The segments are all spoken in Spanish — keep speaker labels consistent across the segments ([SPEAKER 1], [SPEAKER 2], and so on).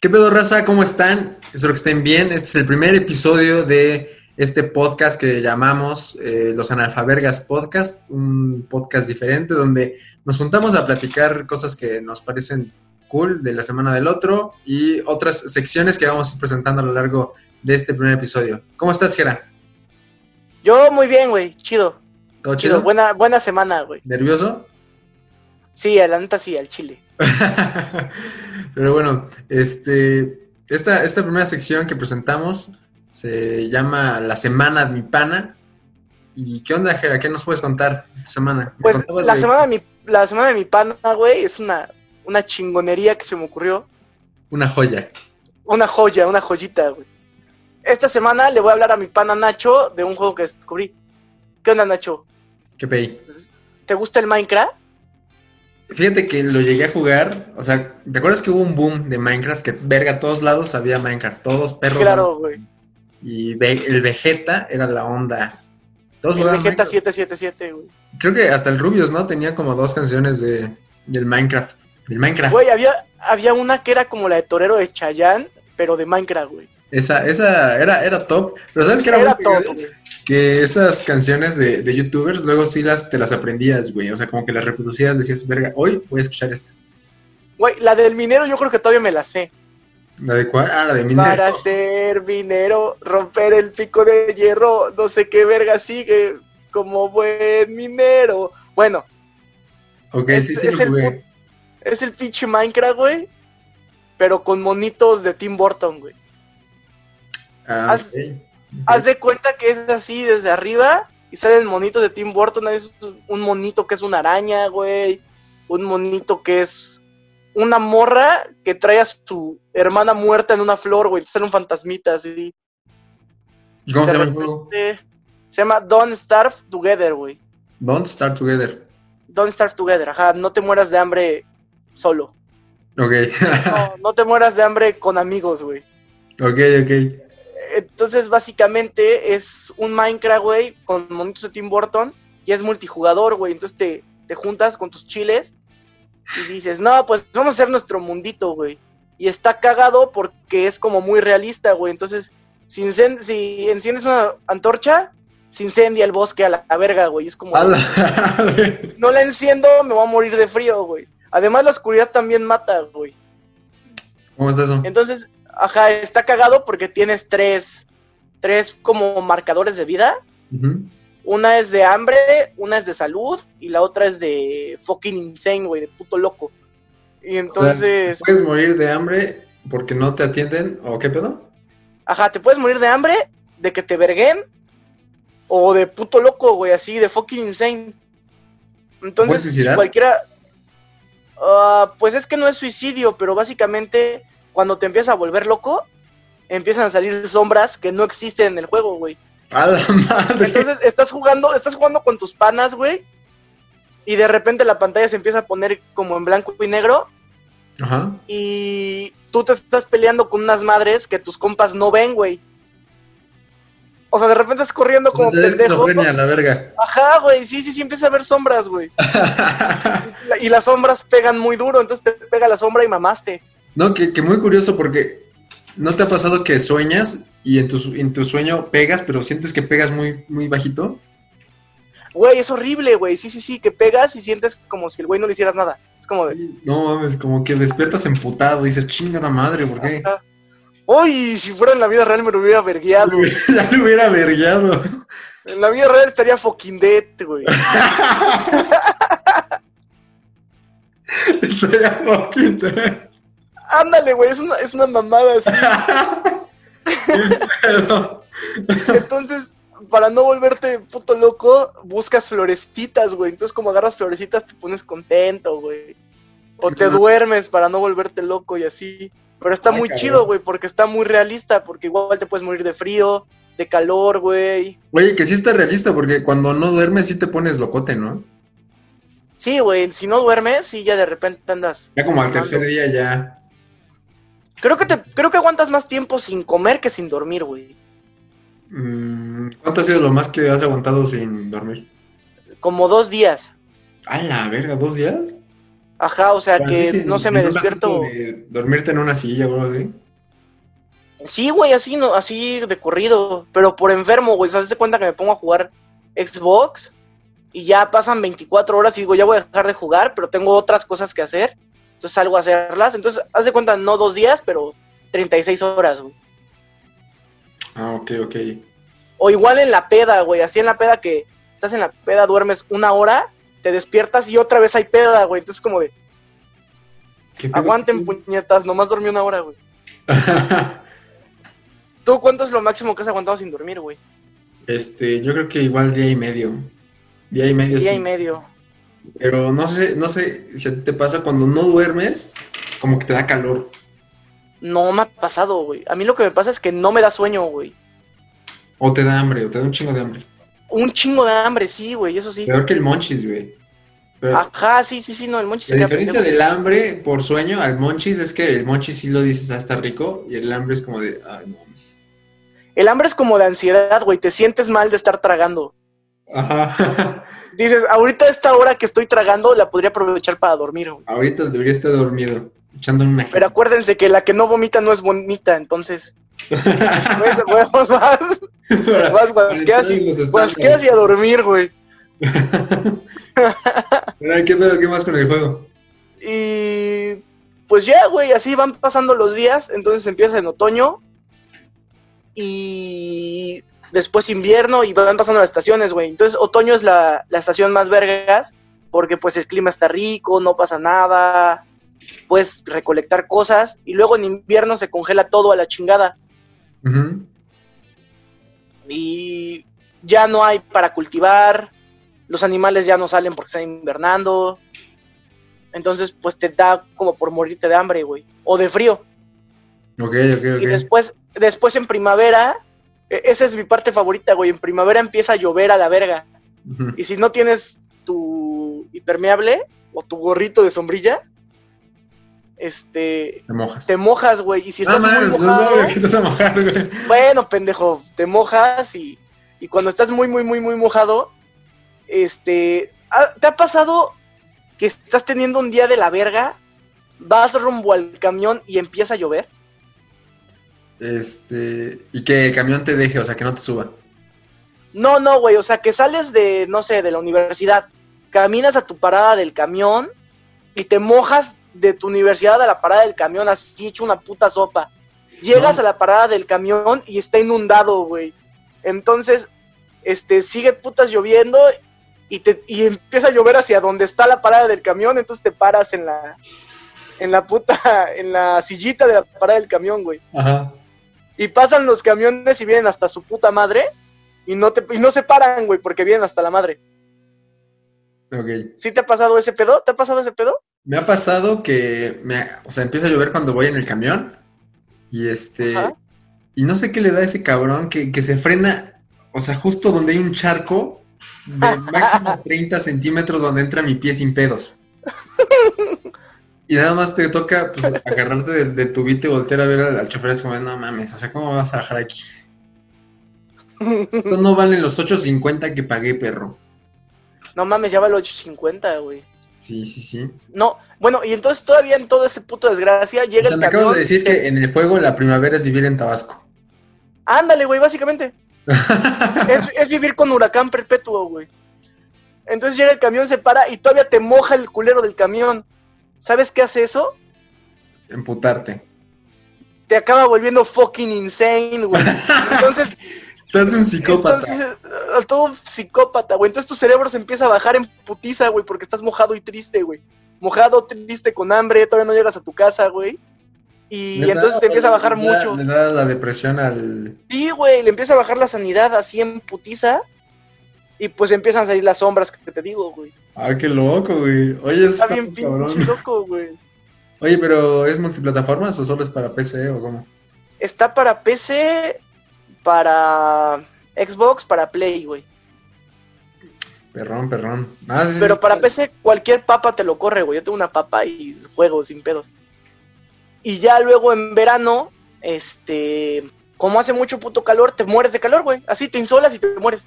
[SPEAKER 1] ¿Qué pedo, raza? ¿Cómo están? Espero que estén bien. Este es el primer episodio de este podcast que llamamos eh, Los Analfabergas Podcast, un podcast diferente donde nos juntamos a platicar cosas que nos parecen cool de la semana del otro y otras secciones que vamos presentando a lo largo de este primer episodio. ¿Cómo estás, Jera?
[SPEAKER 2] Yo muy bien, güey, chido.
[SPEAKER 1] ¿Todo
[SPEAKER 2] Chido, pues.
[SPEAKER 1] chido?
[SPEAKER 2] buena, buena semana, güey.
[SPEAKER 1] ¿Nervioso?
[SPEAKER 2] Sí, a la neta sí, al chile.
[SPEAKER 1] Pero bueno, este, esta, esta primera sección que presentamos se llama La Semana de mi Pana. ¿Y qué onda, Jera? ¿Qué nos puedes contar de tu semana? Me
[SPEAKER 2] Pues
[SPEAKER 1] contabas
[SPEAKER 2] la
[SPEAKER 1] de-
[SPEAKER 2] semana, de mi, la semana de mi pana, güey, es una, una chingonería que se me ocurrió.
[SPEAKER 1] Una joya.
[SPEAKER 2] Una joya, una joyita, güey. Esta semana le voy a hablar a mi pana Nacho de un juego que descubrí. ¿Qué onda, Nacho?
[SPEAKER 1] ¿Qué pedí?
[SPEAKER 2] ¿Te gusta el Minecraft?
[SPEAKER 1] Fíjate que lo llegué a jugar. O sea, ¿te acuerdas que hubo un boom de Minecraft? Que verga, a todos lados había Minecraft. Todos perros. lados.
[SPEAKER 2] claro, güey.
[SPEAKER 1] Y ve- el Vegeta era la onda. Todos
[SPEAKER 2] El
[SPEAKER 1] jugaban
[SPEAKER 2] Vegeta
[SPEAKER 1] Minecraft.
[SPEAKER 2] 777, güey.
[SPEAKER 1] Creo que hasta el Rubius, ¿no? Tenía como dos canciones de, del Minecraft. Del Minecraft.
[SPEAKER 2] Güey, había, había una que era como la de Torero de Chayán, pero de Minecraft, güey.
[SPEAKER 1] Esa, esa era, era top. Pero ¿sabes qué era,
[SPEAKER 2] Era
[SPEAKER 1] muy cagado?
[SPEAKER 2] top, güey.
[SPEAKER 1] Que esas canciones de, de youtubers luego sí las, te las aprendías, güey. O sea, como que las reproducías, decías, verga, hoy voy a escuchar esta.
[SPEAKER 2] Güey, la del minero yo creo que todavía me la sé.
[SPEAKER 1] ¿La de cuál? Ah, la de Minecraft.
[SPEAKER 2] Para ser minero, romper el pico de hierro, no sé qué verga sigue, como buen minero. Bueno,
[SPEAKER 1] Ok,
[SPEAKER 2] es-
[SPEAKER 1] sí, sí,
[SPEAKER 2] es
[SPEAKER 1] lo
[SPEAKER 2] el
[SPEAKER 1] jugué.
[SPEAKER 2] put- es el pinche Minecraft, güey, pero con monitos de Tim Burton, güey.
[SPEAKER 1] Ah,
[SPEAKER 2] haz-
[SPEAKER 1] ok. Ok.
[SPEAKER 2] Haz de cuenta que es así desde arriba y salen monitos de Tim Burton. Es un monito que es una araña, güey. Un monito que es una morra que trae a su hermana muerta en una flor, güey. Sale un fantasmita así.
[SPEAKER 1] ¿Y ¿Cómo
[SPEAKER 2] de
[SPEAKER 1] se llama el
[SPEAKER 2] repente-
[SPEAKER 1] juego?
[SPEAKER 2] Se llama Don't Starve Together, güey.
[SPEAKER 1] Don't Start Together.
[SPEAKER 2] Don't Starve Together, ajá. No te mueras de hambre solo.
[SPEAKER 1] Ok,
[SPEAKER 2] No, no te mueras de hambre con amigos, güey.
[SPEAKER 1] ok, ok.
[SPEAKER 2] Entonces, básicamente es un Minecraft, güey, con monitos de Tim Burton y es multijugador, güey. Entonces te, te juntas con tus chiles y dices, no, pues vamos a hacer nuestro mundito, güey. Y está cagado porque es como muy realista, güey. Entonces, si, incen- si enciendes una antorcha, se incendia el bosque a la, la verga, güey. Es como...
[SPEAKER 1] A la-
[SPEAKER 2] no la enciendo, me voy a morir de frío, güey. Además, la oscuridad también mata, güey.
[SPEAKER 1] ¿Cómo está eso?
[SPEAKER 2] Entonces, ajá, está cagado porque tienes tres, tres como marcadores de vida.
[SPEAKER 1] Ujú.
[SPEAKER 2] Una es de hambre, una es de salud y la otra es de fucking insane, güey, de puto loco. Y entonces,
[SPEAKER 1] ¿Puedes morir de hambre porque no te atienden? ¿O qué pedo?
[SPEAKER 2] ajá, te puedes morir de hambre, de que te verguen o de puto loco, güey, así, de fucking insane. Entonces, si
[SPEAKER 1] suicidar?
[SPEAKER 2] cualquiera... Ah, pues es que no es suicidio, pero básicamente cuando te empiezas a volver loco, empiezan a salir sombras que no existen en el juego, güey.
[SPEAKER 1] A la madre.
[SPEAKER 2] Entonces estás jugando, estás jugando con tus panas, güey. Y de repente la pantalla se empieza a poner como en blanco y negro.
[SPEAKER 1] Ajá.
[SPEAKER 2] Y tú te estás peleando con unas madres que tus compas no ven, güey. O sea, de repente estás corriendo como
[SPEAKER 1] Entonces,
[SPEAKER 2] pendejo.
[SPEAKER 1] Pues, esquizofrenia, la verga.
[SPEAKER 2] Ajá, güey, sí, sí, sí, empieza a ver sombras, güey. La- Y las sombras pegan muy duro, entonces te pega la sombra y mamaste.
[SPEAKER 1] no, que, que muy curioso porque ¿no te ha pasado que sueñas y en tu, su- en tu sueño pegas, pero sientes que pegas muy, muy bajito?
[SPEAKER 2] Güey, es horrible, güey. Sí, sí, sí, que pegas y sientes como si el güey no le hicieras nada. Es como de...
[SPEAKER 1] No mames, como que despiertas emputado, dices, chinga la madre, ¿por qué?
[SPEAKER 2] Ajá. Uy, si fuera en la vida real me lo hubiera vergueado.
[SPEAKER 1] ya lo hubiera vergueado.
[SPEAKER 2] En la vida real estaría fucking dead, güey.
[SPEAKER 1] Estaría fucking dead.
[SPEAKER 2] Ándale, güey, es una, es una mamada así.
[SPEAKER 1] Pero-
[SPEAKER 2] Entonces, para no volverte puto loco, buscas florecitas, güey. Entonces, como agarras florecitas, te pones contento, güey. O te
[SPEAKER 1] Ujú.
[SPEAKER 2] duermes para no volverte loco y así. Pero está
[SPEAKER 1] Ay,
[SPEAKER 2] muy
[SPEAKER 1] cabrón.
[SPEAKER 2] chido, güey, porque está muy realista, porque igual te puedes morir de frío, de calor, güey.
[SPEAKER 1] Oye, que sí está realista, porque cuando no duermes sí te pones locote, ¿no?
[SPEAKER 2] Sí, güey, si no duermes, sí, ya de repente andas.
[SPEAKER 1] Ya como al
[SPEAKER 2] Mamando.
[SPEAKER 1] tercer día ya.
[SPEAKER 2] Creo que te, creo que aguantas más tiempo sin comer que sin dormir, güey.
[SPEAKER 1] Mm, ¿Cuánto ha sido lo más que has aguantado sin dormir?
[SPEAKER 2] Como dos días.
[SPEAKER 1] A la verga, ¿dos días?
[SPEAKER 2] Ajá, o sea
[SPEAKER 1] Pero
[SPEAKER 2] que
[SPEAKER 1] así sin-
[SPEAKER 2] no se
[SPEAKER 1] sin
[SPEAKER 2] me
[SPEAKER 1] un
[SPEAKER 2] despierto.
[SPEAKER 1] ratito de dormirte en una silla o algo así.
[SPEAKER 2] Sí, güey, así, no, así de corrido, pero por enfermo, güey. O sea, hazte cuenta que me pongo a jugar Xbox y ya pasan 24 horas y digo, ya voy a dejar de jugar, pero tengo otras cosas que hacer. Entonces salgo a hacerlas. Entonces, haz de cuenta, no dos días, pero 36 horas, güey.
[SPEAKER 1] Ah, ok, ok.
[SPEAKER 2] O igual en la peda, güey. Así en la peda que estás en la peda, duermes una hora, te despiertas y otra vez hay peda, güey. Entonces, como de,
[SPEAKER 1] ¿Qué pedo?
[SPEAKER 2] aguanten puñetas, nomás dormí una hora, güey. ¿Tú cuánto es lo máximo que has aguantado sin dormir, güey?
[SPEAKER 1] este, yo creo que igual día y medio. Día y medio,
[SPEAKER 2] Día
[SPEAKER 1] sí.
[SPEAKER 2] y medio.
[SPEAKER 1] Pero no sé, no sé si a ti te pasa cuando no duermes, como que te da calor.
[SPEAKER 2] No me ha pasado, güey. A mí lo que me pasa es que no me da sueño, güey.
[SPEAKER 1] O te da hambre, o te da un chingo de hambre.
[SPEAKER 2] Un chingo de hambre, sí, güey, eso sí.
[SPEAKER 1] Peor que el monchis, güey. Pero
[SPEAKER 2] Ajá, sí, sí, sí, no, el monchi se
[SPEAKER 1] la
[SPEAKER 2] queda
[SPEAKER 1] diferencia
[SPEAKER 2] pendejo.
[SPEAKER 1] del hambre por sueño al monchis es que el monchis sí lo dices hasta rico y el hambre es como de, ay, no mames.
[SPEAKER 2] El hambre es como de ansiedad, güey. Te sientes mal de estar tragando.
[SPEAKER 1] Ajá.
[SPEAKER 2] Dices, ahorita esta hora que estoy tragando la podría aprovechar para dormir, güey.
[SPEAKER 1] Ahorita debería estar dormido, echando una
[SPEAKER 2] Pero acuérdense que la que no vomita no es bonita, entonces. Pues, huevos, vas, vas, guasqueas y, guasqueas y a dormir, güey.
[SPEAKER 1] Pero, ¿Qué pedo? ¿Qué más con el juego?
[SPEAKER 2] Y pues ya, güey, así van pasando los días, entonces empieza en otoño y después invierno y van pasando las estaciones, güey. Entonces otoño es la, la estación más vergas porque pues el clima está rico, no pasa nada, puedes recolectar cosas y luego en invierno se congela todo a la chingada
[SPEAKER 1] Ujú.
[SPEAKER 2] y ya no hay para cultivar, los animales ya no salen porque están invernando. Entonces, pues te da como por morirte de hambre, güey, o de frío.
[SPEAKER 1] Ok, ok, ok.
[SPEAKER 2] Y después después en primavera, e- esa es mi parte favorita, güey, en primavera empieza a llover a la verga.
[SPEAKER 1] Ujú.
[SPEAKER 2] Y si no tienes tu impermeable o tu gorrito de sombrilla, este
[SPEAKER 1] Te mojas.
[SPEAKER 2] te mojas, güey, y si
[SPEAKER 1] Ah,
[SPEAKER 2] estás
[SPEAKER 1] madre,
[SPEAKER 2] muy
[SPEAKER 1] pues,
[SPEAKER 2] mojado,
[SPEAKER 1] obvio que te vas a mojar, güey.
[SPEAKER 2] bueno, pendejo, te mojas y, y cuando estás muy, muy, muy, muy mojado, este, ah, ¿te ha pasado que estás teniendo un día de la verga, vas rumbo al camión y empieza a llover?
[SPEAKER 1] Este, y que el camión te deje, o sea, que no te suba.
[SPEAKER 2] No, no, güey, o sea, que sales de, no sé, de la universidad, caminas a tu parada del camión y te mojas de tu universidad a la parada del camión, así hecho una puta sopa. Llegas
[SPEAKER 1] No.
[SPEAKER 2] a la parada del camión y está inundado, güey. Entonces, este, sigue putas lloviendo y, te, y empieza a llover hacia donde está la parada del camión, entonces te paras en la, en la puta, en la sillita de la parada del camión, güey
[SPEAKER 1] Ajá.
[SPEAKER 2] y pasan los camiones y vienen hasta su puta madre y no te y no se paran, güey, porque vienen hasta la madre.
[SPEAKER 1] Ok.
[SPEAKER 2] ¿Sí te ha pasado ese pedo? ¿Te ha pasado ese pedo?
[SPEAKER 1] Me ha pasado que me, o sea, empieza a llover cuando voy en el camión. Y este,
[SPEAKER 2] Ajá.
[SPEAKER 1] y no sé qué le da a ese cabrón que, que se frena, o sea, justo donde hay un charco de máximo 30 centímetros donde entra mi pie sin pedos. Y nada más te toca pues, agarrarte del, del tubito y voltear a ver al, al chofer. Es como, no mames, o sea, ¿cómo vas a bajar aquí? Esto no valen los 8.50 que pagué, perro.
[SPEAKER 2] no mames, ya va el 850, güey.
[SPEAKER 1] Sí, sí, sí.
[SPEAKER 2] No, bueno, y entonces todavía en todo ese puto desgracia
[SPEAKER 1] O
[SPEAKER 2] llega
[SPEAKER 1] sea,
[SPEAKER 2] el
[SPEAKER 1] me acabas
[SPEAKER 2] camión.
[SPEAKER 1] de decir que en el juego la primavera es vivir en Tabasco.
[SPEAKER 2] Ándale, güey, básicamente. es, es vivir con huracán perpetuo, güey. Entonces llega el camión, se para y todavía te moja el culero del camión. ¿Sabes qué hace eso?
[SPEAKER 1] Emputarte.
[SPEAKER 2] Te acaba volviendo fucking insane, güey. Entonces
[SPEAKER 1] Estás un psicópata.
[SPEAKER 2] Entonces, eh, todo psicópata, güey. Entonces tu cerebro se empieza a bajar en putiza, güey, porque estás mojado y triste, güey. Mojado, triste, con hambre, todavía no llegas a tu casa, güey. Y
[SPEAKER 1] Le da-
[SPEAKER 2] entonces te empieza a bajar
[SPEAKER 1] le da-
[SPEAKER 2] mucho.
[SPEAKER 1] Le da la depresión al.
[SPEAKER 2] Sí, güey, le empieza a bajar la sanidad así en putiza. Y pues empiezan a salir las sombras que te digo, güey.
[SPEAKER 1] Ah, qué loco, güey. Oye, eso
[SPEAKER 2] Está
[SPEAKER 1] está
[SPEAKER 2] bien
[SPEAKER 1] muy
[SPEAKER 2] pinche
[SPEAKER 1] cabrón.
[SPEAKER 2] loco, güey.
[SPEAKER 1] Oye, pero ¿es multiplataformas o solo es para PC o cómo?
[SPEAKER 2] Está para PC, para Xbox, para Play, güey.
[SPEAKER 1] Perrón, perrón. Ah, sí, sí,
[SPEAKER 2] Pero
[SPEAKER 1] sí.
[SPEAKER 2] para PC cualquier papa te lo corre, güey. Yo tengo una papa y juego sin pedos. Y ya luego en verano, este, como hace mucho puto calor, te mueres de calor, güey. Así te insolas y te mueres.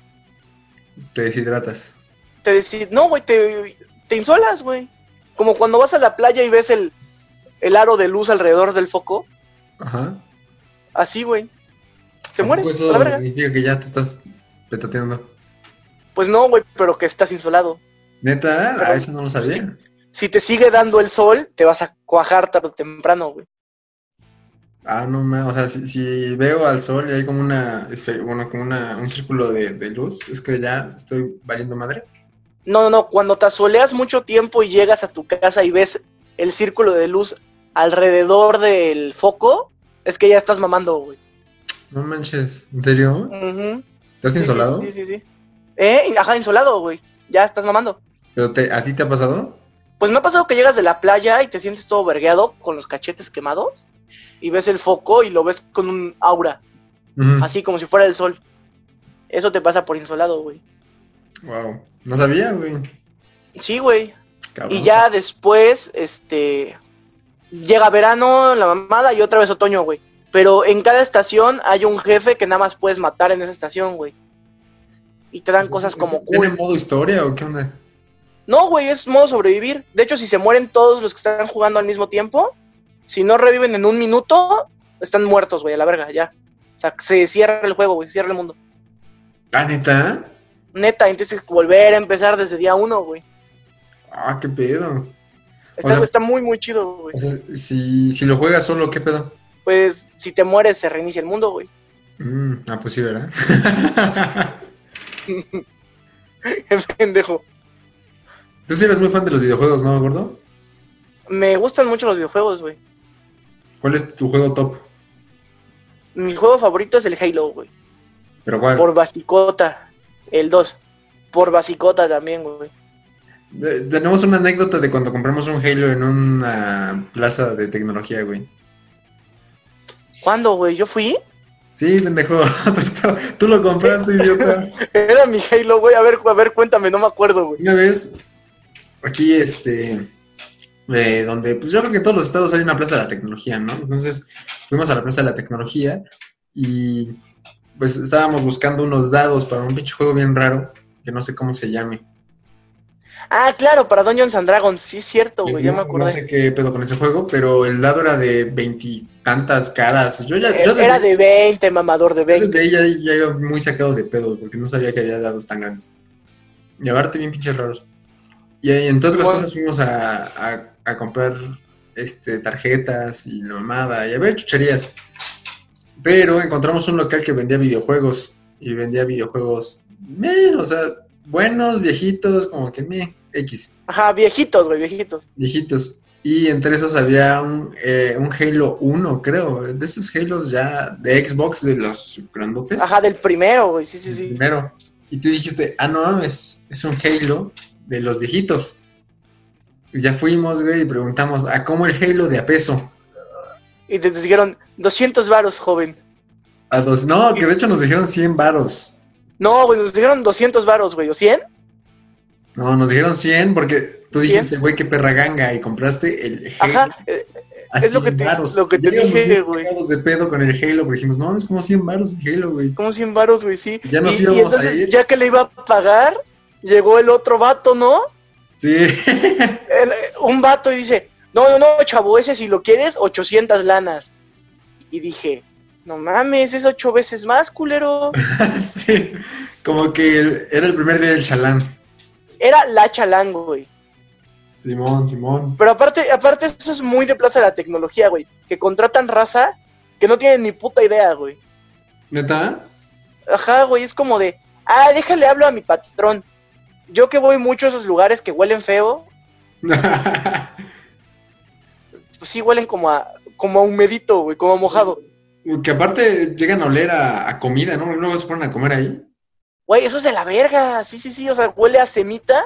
[SPEAKER 1] Te deshidratas.
[SPEAKER 2] Te decís, no, güey, te, te insolas, güey. como cuando vas a la playa y ves el, el aro de luz alrededor del foco,
[SPEAKER 1] Ajá.
[SPEAKER 2] así, güey. Te
[SPEAKER 1] ¿A
[SPEAKER 2] mueres,
[SPEAKER 1] poco
[SPEAKER 2] a la
[SPEAKER 1] Eso
[SPEAKER 2] verga.
[SPEAKER 1] significa que ya te estás petateando.
[SPEAKER 2] Pues no, güey, pero que estás insolado.
[SPEAKER 1] Neta,
[SPEAKER 2] Pero- pues
[SPEAKER 1] a eso no lo sabía.
[SPEAKER 2] Si te sigue dando el sol, te vas a cuajar tarde o temprano, güey.
[SPEAKER 1] Ah, no mames. O sea, si, si veo al sol y hay como una esfe- bueno, como una, un círculo de, de luz, es que ya estoy valiendo madre.
[SPEAKER 2] No, no, no. Cuando te asoleas mucho tiempo y llegas a tu casa y ves el círculo de luz alrededor del foco, es que ya estás mamando, güey.
[SPEAKER 1] No manches, ¿en serio?
[SPEAKER 2] Ujú.
[SPEAKER 1] ¿Te has
[SPEAKER 2] Sí, sí,
[SPEAKER 1] insolado?
[SPEAKER 2] Sí, sí, sí. ¿Eh? Ajá, insolado, güey. Ya estás mamando.
[SPEAKER 1] ¿Pero te, a ti te ha pasado?
[SPEAKER 2] Pues me ha pasado que llegas de la playa y te sientes todo vergueado con los cachetes quemados y ves el foco y lo ves con un aura,
[SPEAKER 1] Ujú.
[SPEAKER 2] así como si fuera el sol. Eso te pasa por insolado, güey.
[SPEAKER 1] Wow. No sabía, güey.
[SPEAKER 2] Sí, güey.
[SPEAKER 1] Cabrón.
[SPEAKER 2] Y ya después, este, llega verano, la mamada y otra vez otoño, güey. Pero en cada estación hay un jefe que nada más puedes matar en esa estación, güey. Y te
[SPEAKER 1] Pues,
[SPEAKER 2] dan cosas como
[SPEAKER 1] ¿Tiene
[SPEAKER 2] cool.
[SPEAKER 1] modo historia o qué onda?
[SPEAKER 2] No, güey, es modo sobrevivir. De hecho, si se mueren todos los que están jugando al mismo tiempo, si no reviven en un minuto, están muertos, güey, a la verga, ya. O sea, se cierra el juego, güey, se cierra el mundo.
[SPEAKER 1] ¿Ah, neta?
[SPEAKER 2] Neta, entonces volver a empezar desde día uno, güey.
[SPEAKER 1] Ah, qué pedo.
[SPEAKER 2] Está,
[SPEAKER 1] sea-
[SPEAKER 2] está muy, muy chido, güey.
[SPEAKER 1] O sea, si, si lo juegas solo, ¿qué pedo?
[SPEAKER 2] Pues si te mueres, se reinicia el mundo, güey.
[SPEAKER 1] Mm, ah, pues sí, ¿verdad?
[SPEAKER 2] Pendejo.
[SPEAKER 1] Tú sí eres muy fan de los videojuegos, ¿no, gordo?
[SPEAKER 2] Me gustan mucho los videojuegos, güey.
[SPEAKER 1] ¿Cuál es tu juego top?
[SPEAKER 2] Mi juego favorito es el Halo, güey.
[SPEAKER 1] Pero cuál.
[SPEAKER 2] Por basicota. El 2. Por basicota también, güey.
[SPEAKER 1] De- tenemos una anécdota de cuando compramos un Halo en una plaza de tecnología, güey.
[SPEAKER 2] ¿Cuándo, güey? ¿Yo fui?
[SPEAKER 1] Sí, pendejo. tú, está- tú lo compraste, idiota.
[SPEAKER 2] Era mi Halo, güey. A ver, a ver, cuéntame, no me acuerdo, güey.
[SPEAKER 1] Una vez, aquí, este, eh, donde, pues yo creo que en todos los estados hay una plaza de la tecnología, ¿no? Entonces, fuimos a la plaza de la tecnología y, pues, estábamos buscando unos dados para un pinche juego bien raro, que no sé cómo se llame.
[SPEAKER 2] Ah, claro, para Dungeons and Dragons, sí es cierto, güey, ya me
[SPEAKER 1] no, no
[SPEAKER 2] acordé.
[SPEAKER 1] sé qué pedo con ese juego, pero el dado era de veintitantas caras. Yo ya, yo desde,
[SPEAKER 2] Era de 20, mamador de
[SPEAKER 1] yo
[SPEAKER 2] 20.
[SPEAKER 1] desde ahí ya, ya iba muy sacado de pedo, porque no sabía que había dados tan grandes. Y aparte bien pinches raros. Y ahí, entre otras
[SPEAKER 2] Bueno.
[SPEAKER 1] cosas fuimos a, a- a comprar este, tarjetas y la mamada y a ver chucherías. Pero encontramos un local que vendía videojuegos. Y vendía videojuegos, meh, o sea, buenos, viejitos, como que meh, X
[SPEAKER 2] Ajá, viejitos, güey, viejitos.
[SPEAKER 1] viejitos. Y entre esos había un, eh, un Halo 1, creo. De esos Halos ya de Xbox, de los grandotes.
[SPEAKER 2] Ajá, del primero, güey, sí, sí,
[SPEAKER 1] el
[SPEAKER 2] sí.
[SPEAKER 1] Primero. Y tú dijiste, ah, no mames, es un Halo de los viejitos. Y ya fuimos, güey, y preguntamos, ¿a cómo el Halo de a peso?
[SPEAKER 2] Y te dijeron 200 varos, joven.
[SPEAKER 1] A dos. No, que de hecho nos dijeron 100 varos.
[SPEAKER 2] No, güey, nos dijeron 200 varos, güey, o 100.
[SPEAKER 1] No, nos dijeron 100 porque tú
[SPEAKER 2] 100.
[SPEAKER 1] dijiste, güey, qué perra ganga. Y compraste el Halo
[SPEAKER 2] Ajá, eh,
[SPEAKER 1] a
[SPEAKER 2] es lo
[SPEAKER 1] 100
[SPEAKER 2] que te-
[SPEAKER 1] varos.
[SPEAKER 2] lo que te
[SPEAKER 1] Llegamos
[SPEAKER 2] dije,
[SPEAKER 1] bien
[SPEAKER 2] güey.
[SPEAKER 1] cagados de pedo con el Halo, porque dijimos, no, es como 100 varos el Halo, güey.
[SPEAKER 2] como 100 varos, güey, sí.
[SPEAKER 1] Ya nos
[SPEAKER 2] y, y
[SPEAKER 1] íbamos a ir.
[SPEAKER 2] entonces, ya que le iba a pagar, llegó el otro vato, ¿no?
[SPEAKER 1] Sí.
[SPEAKER 2] El- un vato y dice, no, no, no, chavo, ese si lo quieres, 800 lanas. Y dije, no mames, es ocho veces más, culero.
[SPEAKER 1] sí. Como que el- era el primer día del chalán.
[SPEAKER 2] Era la chalango, güey.
[SPEAKER 1] Simón, Simón.
[SPEAKER 2] Pero aparte, aparte, eso es muy de plaza de la tecnología, güey. Que contratan raza que no tienen ni puta idea, güey.
[SPEAKER 1] ¿Neta?
[SPEAKER 2] Ajá, güey, es como de, ah, déjale hablo a mi patrón. Yo que voy mucho a esos lugares que huelen feo, pues sí huelen como a, como a humedito, güey, como a mojado.
[SPEAKER 1] que aparte llegan a oler a, a comida, ¿no? Luego se ponen a comer ahí.
[SPEAKER 2] Güey, eso es de la verga. Sí, sí, sí. O sea, huele a semita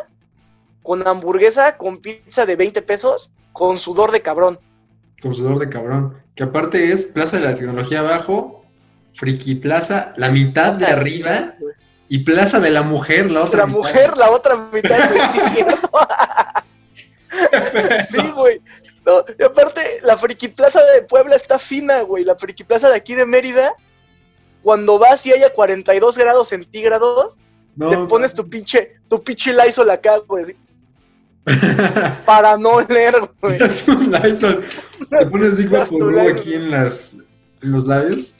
[SPEAKER 2] con hamburguesa, con pizza de 20 pesos, con sudor de cabrón.
[SPEAKER 1] Con sudor de cabrón. Que aparte es Plaza de la Tecnología abajo, Friki Plaza, la mitad de arriba
[SPEAKER 2] güey.
[SPEAKER 1] y Plaza de la Mujer, la otra.
[SPEAKER 2] La
[SPEAKER 1] mitad.
[SPEAKER 2] mujer, la otra mitad, güey. Sí, es cierto. Sí, güey. No, y aparte, la Friki Plaza de Puebla está fina, güey. La Friki Plaza de aquí de Mérida, cuando vas y haya 42 grados centígrados,
[SPEAKER 1] No,
[SPEAKER 2] te pones tu pinche, tu pinche Lysol acá, güey. así. para no oler, güey.
[SPEAKER 1] Es un Lysol. Te pones Big
[SPEAKER 2] Haz tu
[SPEAKER 1] por Blue
[SPEAKER 2] Lysol.
[SPEAKER 1] aquí en, las, en los labios.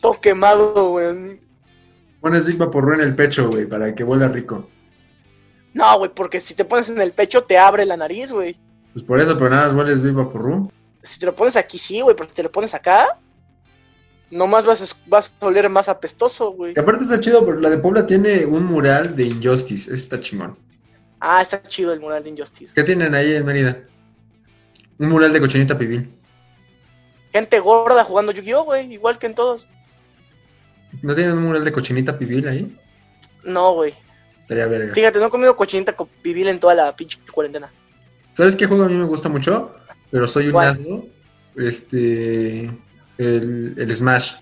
[SPEAKER 2] Todo quemado, güey.
[SPEAKER 1] Pones Big Vaporru en el pecho, güey, para que vuelva rico.
[SPEAKER 2] No, güey, porque si te pones en el pecho te abre la nariz, güey.
[SPEAKER 1] Pues por eso, pero nada más hueles Big Vaporru.
[SPEAKER 2] Si te lo pones aquí, sí, güey, pero si te lo pones acá, nomás vas a, vas a oler más apestoso, güey.
[SPEAKER 1] Y aparte está chido, porque la de Puebla tiene un mural de Injustice. Ese está chingón.
[SPEAKER 2] Ah, está chido el mural de Injustice.
[SPEAKER 1] ¿Qué tienen ahí en Mérida? Un mural de cochinita pibil.
[SPEAKER 2] Gente gorda jugando Yu-Gi-Oh, güey, igual que en todos.
[SPEAKER 1] ¿No tienen un mural de cochinita pibil ahí?
[SPEAKER 2] No, güey.
[SPEAKER 1] Estaría verga.
[SPEAKER 2] Fíjate, no he comido cochinita con pibil en toda la pinche cuarentena.
[SPEAKER 1] ¿Sabes qué juego a mí me gusta mucho? Pero soy un
[SPEAKER 2] ¿Cuál?
[SPEAKER 1] asno. Este. El, el Smash.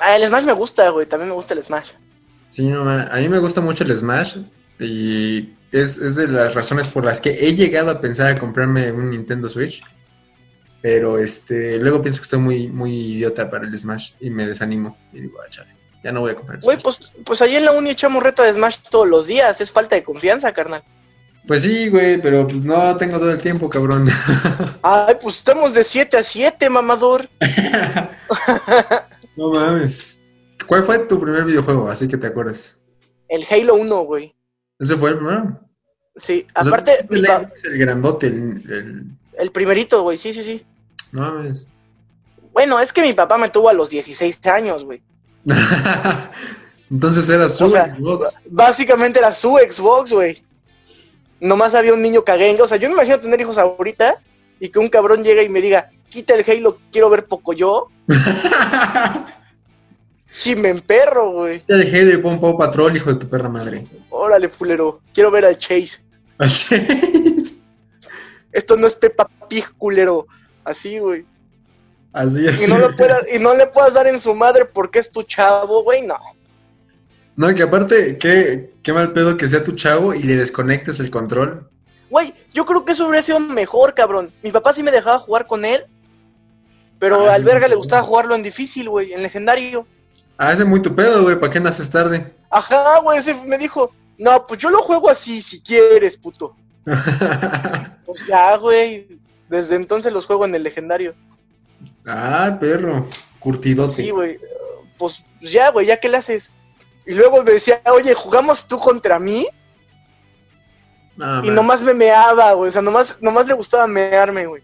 [SPEAKER 2] Ah, el Smash me gusta, güey, también me gusta el Smash.
[SPEAKER 1] Sí, no, ma- a mí me gusta mucho el Smash. Y es, es de las razones por las que he llegado a pensar a comprarme un Nintendo Switch. Pero este. Luego pienso que estoy muy, muy idiota para el Smash. Y me desanimo. Y digo, ah, chale, ya no voy a comprar el
[SPEAKER 2] Güey,
[SPEAKER 1] Smash".
[SPEAKER 2] pues, pues ahí en la uni echamos reta de Smash todos los días, es falta de confianza, carnal.
[SPEAKER 1] Pues sí, güey, pero pues no tengo todo el tiempo, cabrón.
[SPEAKER 2] Ay, pues estamos de 7 a 7, mamador.
[SPEAKER 1] no mames. ¿Cuál fue tu primer videojuego? Así que te acuerdas.
[SPEAKER 2] El Halo 1, güey.
[SPEAKER 1] ¿Ese fue el primero?
[SPEAKER 2] Sí,
[SPEAKER 1] O sea,
[SPEAKER 2] aparte,
[SPEAKER 1] el,
[SPEAKER 2] mi pa-
[SPEAKER 1] Xbox, el grandote, el, el-
[SPEAKER 2] el primerito, güey, sí, sí, sí.
[SPEAKER 1] No mames.
[SPEAKER 2] Bueno, es que mi papá me tuvo a los 16 años, güey.
[SPEAKER 1] Entonces era su
[SPEAKER 2] O sea,
[SPEAKER 1] Xbox.
[SPEAKER 2] Básicamente era su Xbox, güey. Nomás había un niño caguengue. O sea, yo me imagino tener hijos ahorita y que un cabrón llegue y me diga, quita el Halo, quiero ver Pocoyo. Sí, me emperro, güey.
[SPEAKER 1] Ya dejé de Pon Pau Patrol, hijo de tu perra madre.
[SPEAKER 2] Órale, fulero, quiero ver al Chase.
[SPEAKER 1] Al Chase.
[SPEAKER 2] Esto no es Peppa Pig, culero. Así, güey.
[SPEAKER 1] Así es.
[SPEAKER 2] Y no, le puedas, y no le puedas dar en su madre porque es tu chavo, güey, no.
[SPEAKER 1] No, que aparte, qué, qué mal pedo que sea tu chavo y le desconectes el control.
[SPEAKER 2] Güey, yo creo que eso hubiera sido mejor, cabrón. Mi papá sí me dejaba jugar con él, pero
[SPEAKER 1] Ah,
[SPEAKER 2] al verga le
[SPEAKER 1] sí.
[SPEAKER 2] gustaba jugarlo en difícil, güey, en legendario.
[SPEAKER 1] Ah, ese es muy tu pedo, güey. ¿Para qué naces tarde?
[SPEAKER 2] Ajá, güey, ese me dijo, no, pues yo lo juego así si quieres, puto. Pues ya, güey, desde entonces los juego en el legendario.
[SPEAKER 1] ah, perro. Curtidote.
[SPEAKER 2] Sí, güey, eh, pues ya, güey, ya qué le haces. Y luego me decía, oye, ¿jugamos tú contra mí?
[SPEAKER 1] No,
[SPEAKER 2] Y
[SPEAKER 1] man.
[SPEAKER 2] nomás me meaba, güey, o sea, nomás, nomás le gustaba mearme, güey.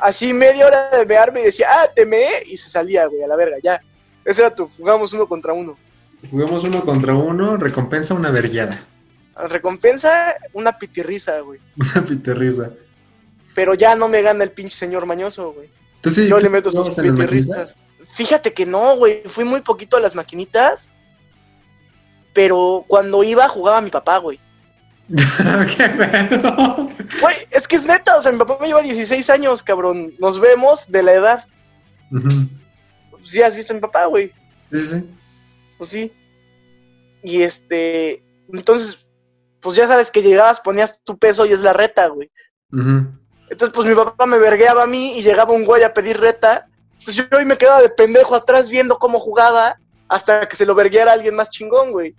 [SPEAKER 2] así media hora de mearme y decía, ah, te meé, y se salía, güey, a la verga, ya. Ese era tu, jugamos uno contra uno.
[SPEAKER 1] Jugamos uno contra uno, recompensa una vergueada.
[SPEAKER 2] Recompensa, una pitirrisa, güey.
[SPEAKER 1] Una piterrisa.
[SPEAKER 2] Pero ya no me gana el pinche señor mañoso, güey.
[SPEAKER 1] ¿Tú sí,
[SPEAKER 2] Yo
[SPEAKER 1] tú
[SPEAKER 2] le meto
[SPEAKER 1] jugabas
[SPEAKER 2] sus
[SPEAKER 1] en las
[SPEAKER 2] pitirristas.
[SPEAKER 1] maquinitas?
[SPEAKER 2] Fíjate que no, güey, fui muy poquito a las maquinitas. Pero cuando iba jugaba mi papá, güey.
[SPEAKER 1] ¡Qué pedo!
[SPEAKER 2] Güey, es que es neta, o sea, mi papá me lleva 16 años, cabrón. Nos vemos de la edad.
[SPEAKER 1] Ujú.
[SPEAKER 2] Sí, has visto a mi papá, güey.
[SPEAKER 1] Sí, sí.
[SPEAKER 2] pues sí. Y este, entonces, pues ya sabes que llegabas, ponías tu peso y es la reta, güey.
[SPEAKER 1] Ujú.
[SPEAKER 2] Entonces, pues mi papá me vergueaba a mí y llegaba un güey a pedir reta. Entonces yo hoy me quedaba de pendejo atrás viendo cómo jugaba hasta que se lo vergueara alguien más chingón, güey.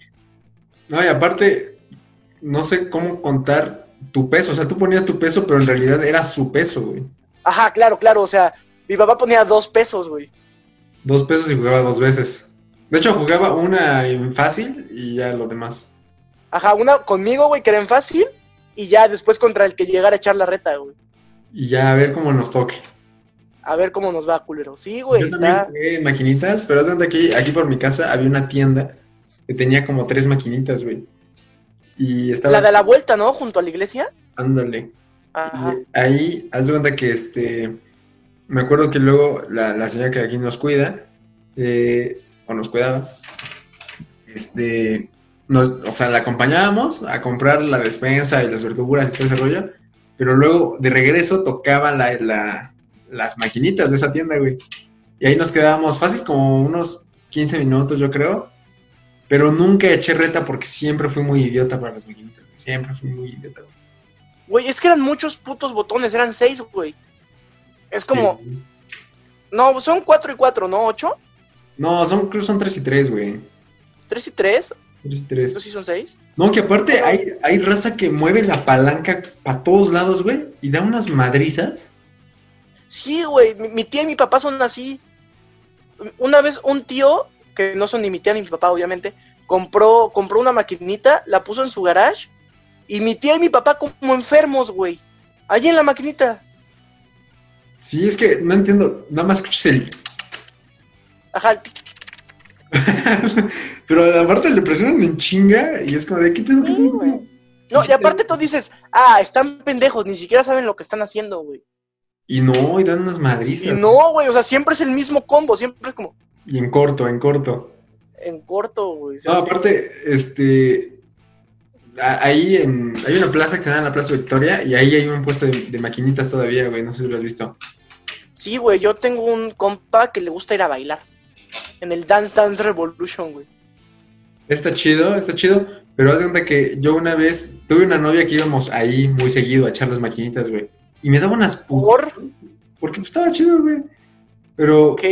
[SPEAKER 1] No, y aparte, no sé cómo contar tu peso. O sea, tú ponías tu peso, pero en realidad era su peso, güey.
[SPEAKER 2] Ajá, claro, claro, o sea, mi papá ponía dos pesos, güey.
[SPEAKER 1] Dos pesos y jugaba dos veces. De hecho, jugaba una en fácil y ya lo demás.
[SPEAKER 2] Ajá, una conmigo, güey, que era en fácil y ya después contra el que llegara a echar la reta, güey.
[SPEAKER 1] Y ya a ver cómo nos toque.
[SPEAKER 2] A ver cómo nos va, culero. Sí, güey,
[SPEAKER 1] Yo también
[SPEAKER 2] pues, está.
[SPEAKER 1] jugué en maquinitas, pero haz de cuenta que aquí por mi casa había una tienda que tenía como tres maquinitas, güey. Y estaba...
[SPEAKER 2] La de la vuelta, ¿no? Junto a la iglesia.
[SPEAKER 1] Ándale.
[SPEAKER 2] Ajá.
[SPEAKER 1] Y ahí, haz de cuenta que este. Me acuerdo que luego la, la señora que aquí nos cuida, eh, o nos cuidaba, este. Nos, o sea, la acompañábamos a comprar la despensa y las verduras y todo ese rollo, pero luego de regreso tocaba la, la- las maquinitas de esa tienda, güey. Y ahí nos quedábamos fácil como unos 15 minutos, yo creo, pero nunca eché reta porque siempre fui muy idiota para las maquinitas, güey, siempre fui muy idiota. güey.
[SPEAKER 2] Güey, es que eran muchos putos botones, eran seis, güey. Es como,
[SPEAKER 1] Sí.
[SPEAKER 2] no, son cuatro y cuatro, ¿no? ¿Ocho?
[SPEAKER 1] No, son, creo que son 3 y 3, güey.
[SPEAKER 2] ¿Tres y tres?
[SPEAKER 1] Tres, tres.
[SPEAKER 2] ¿Tú sí son seis?
[SPEAKER 1] No, que aparte hay, hay raza que mueve la palanca para todos lados, güey, y da unas madrizas.
[SPEAKER 2] Sí, güey, mi, mi tía y mi papá son así. Una vez un tío, que no son ni mi tía ni mi papá, obviamente, compró, compró una maquinita, la puso en su garage, y mi tía y mi papá como enfermos, güey. Allí en la maquinita.
[SPEAKER 1] Sí, es que no entiendo, nada más escuchas el...
[SPEAKER 2] Ajá, el tic, tic,
[SPEAKER 1] Pero aparte le presionan en chinga y es como de, ¿qué pedo? ¿Qué
[SPEAKER 2] Sí,
[SPEAKER 1] pedo?
[SPEAKER 2] güey. no, y aparte tú dices, ah, están pendejos, ni siquiera saben lo que están haciendo, güey.
[SPEAKER 1] Y no, y dan unas
[SPEAKER 2] Y
[SPEAKER 1] madrizas.
[SPEAKER 2] no, güey, o sea, siempre es el mismo combo, siempre es como
[SPEAKER 1] Y en corto, en corto.
[SPEAKER 2] en corto, güey. se
[SPEAKER 1] No,
[SPEAKER 2] hace-
[SPEAKER 1] aparte, este. a- Ahí en. Hay una plaza que se llama la Plaza Victoria y ahí hay un puesto de, de maquinitas todavía, güey. No sé si lo has visto.
[SPEAKER 2] Sí, güey, yo tengo un compa que le gusta ir a bailar. En el Dance Dance Revolution, güey.
[SPEAKER 1] Está chido, está chido. Pero haz de cuenta que yo una vez tuve una novia que íbamos ahí muy seguido a echar las maquinitas, güey. Y me daba unas
[SPEAKER 2] ¿Por?
[SPEAKER 1] putas. Porque pues, estaba chido, güey. Pero
[SPEAKER 2] Ok.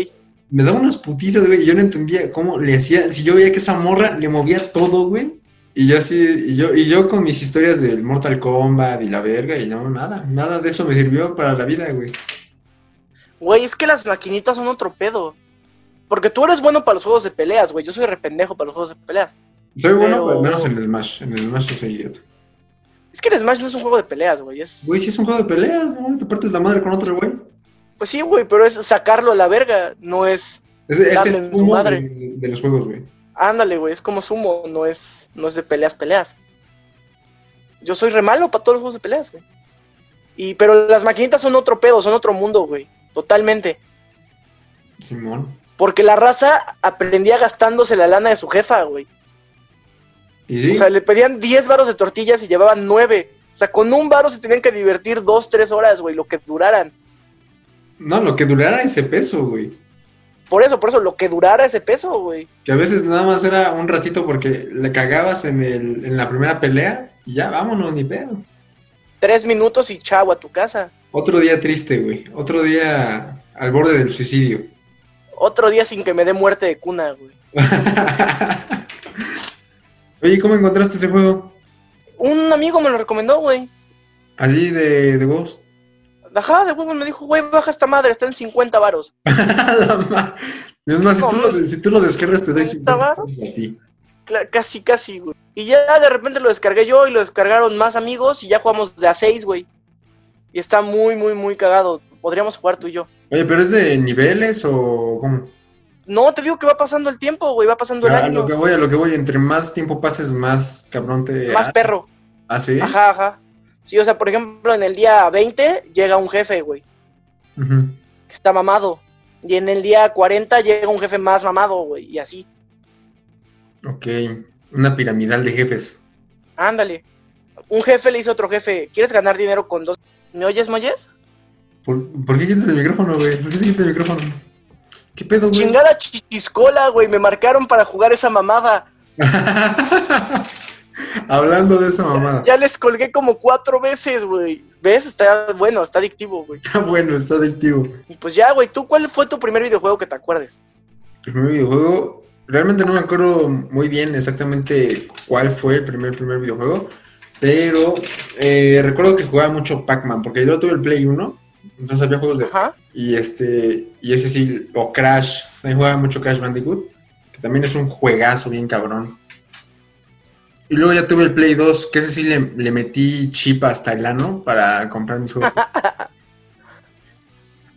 [SPEAKER 1] me daba unas putizas, güey. y Yo no entendía cómo le hacía. Si yo veía que esa morra le movía todo, güey. Y yo así, y yo, y yo con mis historias del Mortal Kombat y la verga, y no, nada, nada de eso me sirvió para la vida, güey.
[SPEAKER 2] Güey, es que las maquinitas son otro pedo. Porque tú eres bueno para los juegos de peleas, güey. Yo soy rependejo para los juegos de peleas.
[SPEAKER 1] Soy bueno,
[SPEAKER 2] Pero-
[SPEAKER 1] pero menos en el Smash. En el Smash yo soy idiota.
[SPEAKER 2] Es que el Smash no es un juego de peleas, güey. Es...
[SPEAKER 1] Güey, si es un juego de peleas, ¿no? Te partes la madre con otro, güey.
[SPEAKER 2] Pues sí, güey, pero es sacarlo a la verga. No es.
[SPEAKER 1] Es, es
[SPEAKER 2] Dale en
[SPEAKER 1] el
[SPEAKER 2] su
[SPEAKER 1] humo
[SPEAKER 2] madre.
[SPEAKER 1] de, de los juegos, güey.
[SPEAKER 2] Ándale, güey, es como sumo. No es, no es de peleas, peleas. Yo soy re malo para todos los juegos de peleas, güey. Y, pero las maquinitas son otro pedo, son otro mundo, güey. Totalmente.
[SPEAKER 1] Simón.
[SPEAKER 2] Porque la raza aprendía gastándose la lana de su jefa, güey.
[SPEAKER 1] Y sí,
[SPEAKER 2] O sea, le pedían 10 varos de tortillas y llevaban 9. O sea, con un varo se tenían que divertir 2, 3 horas, güey, lo que duraran.
[SPEAKER 1] no, lo que durara ese peso, güey.
[SPEAKER 2] Por eso, por eso, lo que durara ese peso, güey.
[SPEAKER 1] Que a veces nada más era un ratito porque le cagabas en, el, en la primera pelea y ya, vámonos, ni pedo.
[SPEAKER 2] Tres minutos y chavo a tu casa.
[SPEAKER 1] Otro día triste, güey. Otro día al borde del suicidio.
[SPEAKER 2] Otro día sin que me dé muerte de cuna, güey.
[SPEAKER 1] Oye, ¿cómo encontraste ese juego?
[SPEAKER 2] Un amigo me lo recomendó, güey.
[SPEAKER 1] Allí de, de Ghost.
[SPEAKER 2] Ajá, de huevo me dijo, güey, baja esta madre, está en 50 varos.
[SPEAKER 1] La ma- es más, si, tú
[SPEAKER 2] No,
[SPEAKER 1] lo, si tú lo descargas, te doy
[SPEAKER 2] ¿Cuánto
[SPEAKER 1] 50
[SPEAKER 2] varos?
[SPEAKER 1] pesos a ti.
[SPEAKER 2] Cla- Casi, casi, güey. Y ya de repente lo descargué yo y lo descargaron más amigos y ya jugamos de a 6, güey. Y está muy, muy, muy cagado. Podríamos jugar tú y yo.
[SPEAKER 1] Oye, ¿pero es de niveles o cómo?
[SPEAKER 2] No, te digo que va pasando el tiempo, güey, va pasando el
[SPEAKER 1] A
[SPEAKER 2] año.
[SPEAKER 1] Ah, lo que voy, a lo que voy, entre más tiempo pases, más cabrón te.
[SPEAKER 2] Más perro.
[SPEAKER 1] ¿Ah, sí?
[SPEAKER 2] Ajá, ajá. Sí, o sea, por ejemplo, en el día 20 llega un jefe, güey,
[SPEAKER 1] Ujú.
[SPEAKER 2] que está mamado. Y en el día 40 llega un jefe más mamado, güey, y así.
[SPEAKER 1] Ok. Una piramidal de jefes.
[SPEAKER 2] Ándale. Un jefe le dice a otro jefe, ¿quieres ganar dinero con dos? ¿Me oyes, Moyes?
[SPEAKER 1] ¿Por, por qué quitas el micrófono, güey? ¿Por qué se quita el micrófono? ¿Qué pedo, güey?
[SPEAKER 2] Chingada chichiscola, güey, me marcaron para jugar esa mamada.
[SPEAKER 1] Hablando de esa mamada.
[SPEAKER 2] Ya les colgué como cuatro veces, güey. ¿Ves? Está bueno, está adictivo, güey.
[SPEAKER 1] Está bueno, está adictivo.
[SPEAKER 2] Y pues ya, güey, ¿tú cuál fue tu primer videojuego que te acuerdes?
[SPEAKER 1] El primer videojuego, realmente no me acuerdo muy bien exactamente cuál fue el primer, primer videojuego, pero eh, recuerdo que jugaba mucho Pac-Man, porque yo tuve el Play 1, entonces había juegos de...
[SPEAKER 2] Ajá.
[SPEAKER 1] Y, este, y ese sí, o Crash, también jugaba mucho Crash Bandicoot, que también es un juegazo bien cabrón. Y luego ya tuve el Play 2, que ese sí le, le metí chip hasta el ano para comprar mis juegos.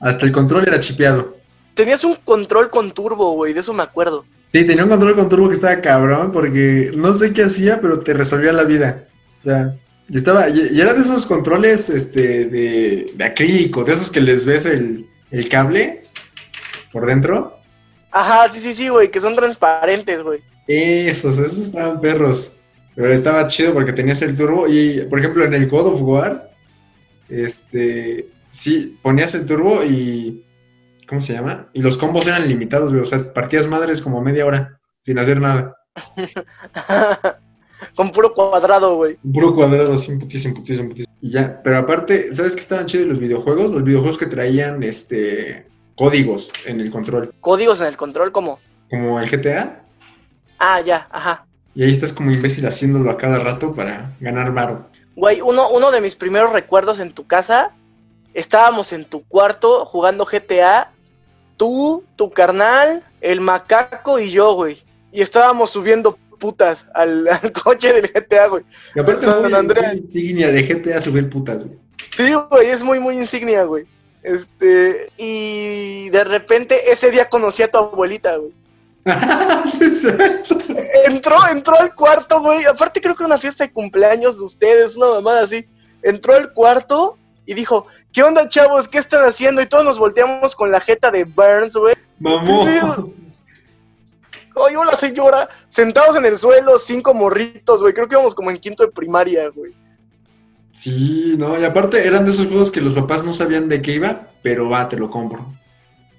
[SPEAKER 1] hasta el control era chipeado.
[SPEAKER 2] Tenías un control con turbo, güey, de eso me acuerdo.
[SPEAKER 1] Sí, tenía un control con turbo que estaba cabrón porque no sé qué hacía, pero te resolvía la vida. O sea, y estaba, y, y era de esos controles este, de, de acrílico, de esos que les ves el, el cable por dentro.
[SPEAKER 2] Ajá, sí, sí, sí, güey, que son transparentes, güey.
[SPEAKER 1] Esos, esos estaban perros. Pero estaba chido porque tenías el turbo y, por ejemplo, en el God of War, este, sí, ponías el turbo y, ¿cómo se llama? Y los combos eran limitados, güey, o sea, partías madres como media hora sin hacer nada.
[SPEAKER 2] con puro cuadrado, güey.
[SPEAKER 1] Un Puro cuadrado, así, un putísimo, putísimo, putísimo. Y ya, pero aparte, ¿sabes qué estaban chidos los videojuegos? Los videojuegos que traían este códigos en el control,
[SPEAKER 2] Códigos en el control, como.
[SPEAKER 1] como el GTA.
[SPEAKER 2] Ah, ya, ajá.
[SPEAKER 1] Y ahí estás como imbécil haciéndolo a cada rato para ganar varo.
[SPEAKER 2] Güey, uno, uno de mis primeros recuerdos en tu casa, estábamos en tu cuarto jugando GTA, tú, tu carnal, el macaco y yo, güey. Y estábamos subiendo putas al, al coche del GTA, güey.
[SPEAKER 1] Y aparte
[SPEAKER 2] San
[SPEAKER 1] muy-
[SPEAKER 2] Andreas.
[SPEAKER 1] muy insignia de GTA subir putas, güey.
[SPEAKER 2] Sí, güey, es muy, muy insignia, güey. Este, y de repente ese día conocí a tu abuelita, güey.
[SPEAKER 1] Sí, es cierto.
[SPEAKER 2] Entró, entró al cuarto, güey. Aparte creo que era una fiesta de cumpleaños de ustedes, una mamada así. Entró al cuarto y dijo, ¿qué onda, chavos? ¿Qué están haciendo? Y todos nos volteamos con la jeta de Burns, güey.
[SPEAKER 1] Mamón.
[SPEAKER 2] Oye, hola señora, sentados en el suelo, cinco morritos, güey. Creo que íbamos como en quinto de primaria, güey.
[SPEAKER 1] Sí, no, y aparte eran de esos juegos que los papás no sabían de qué iba, pero va, te lo compro.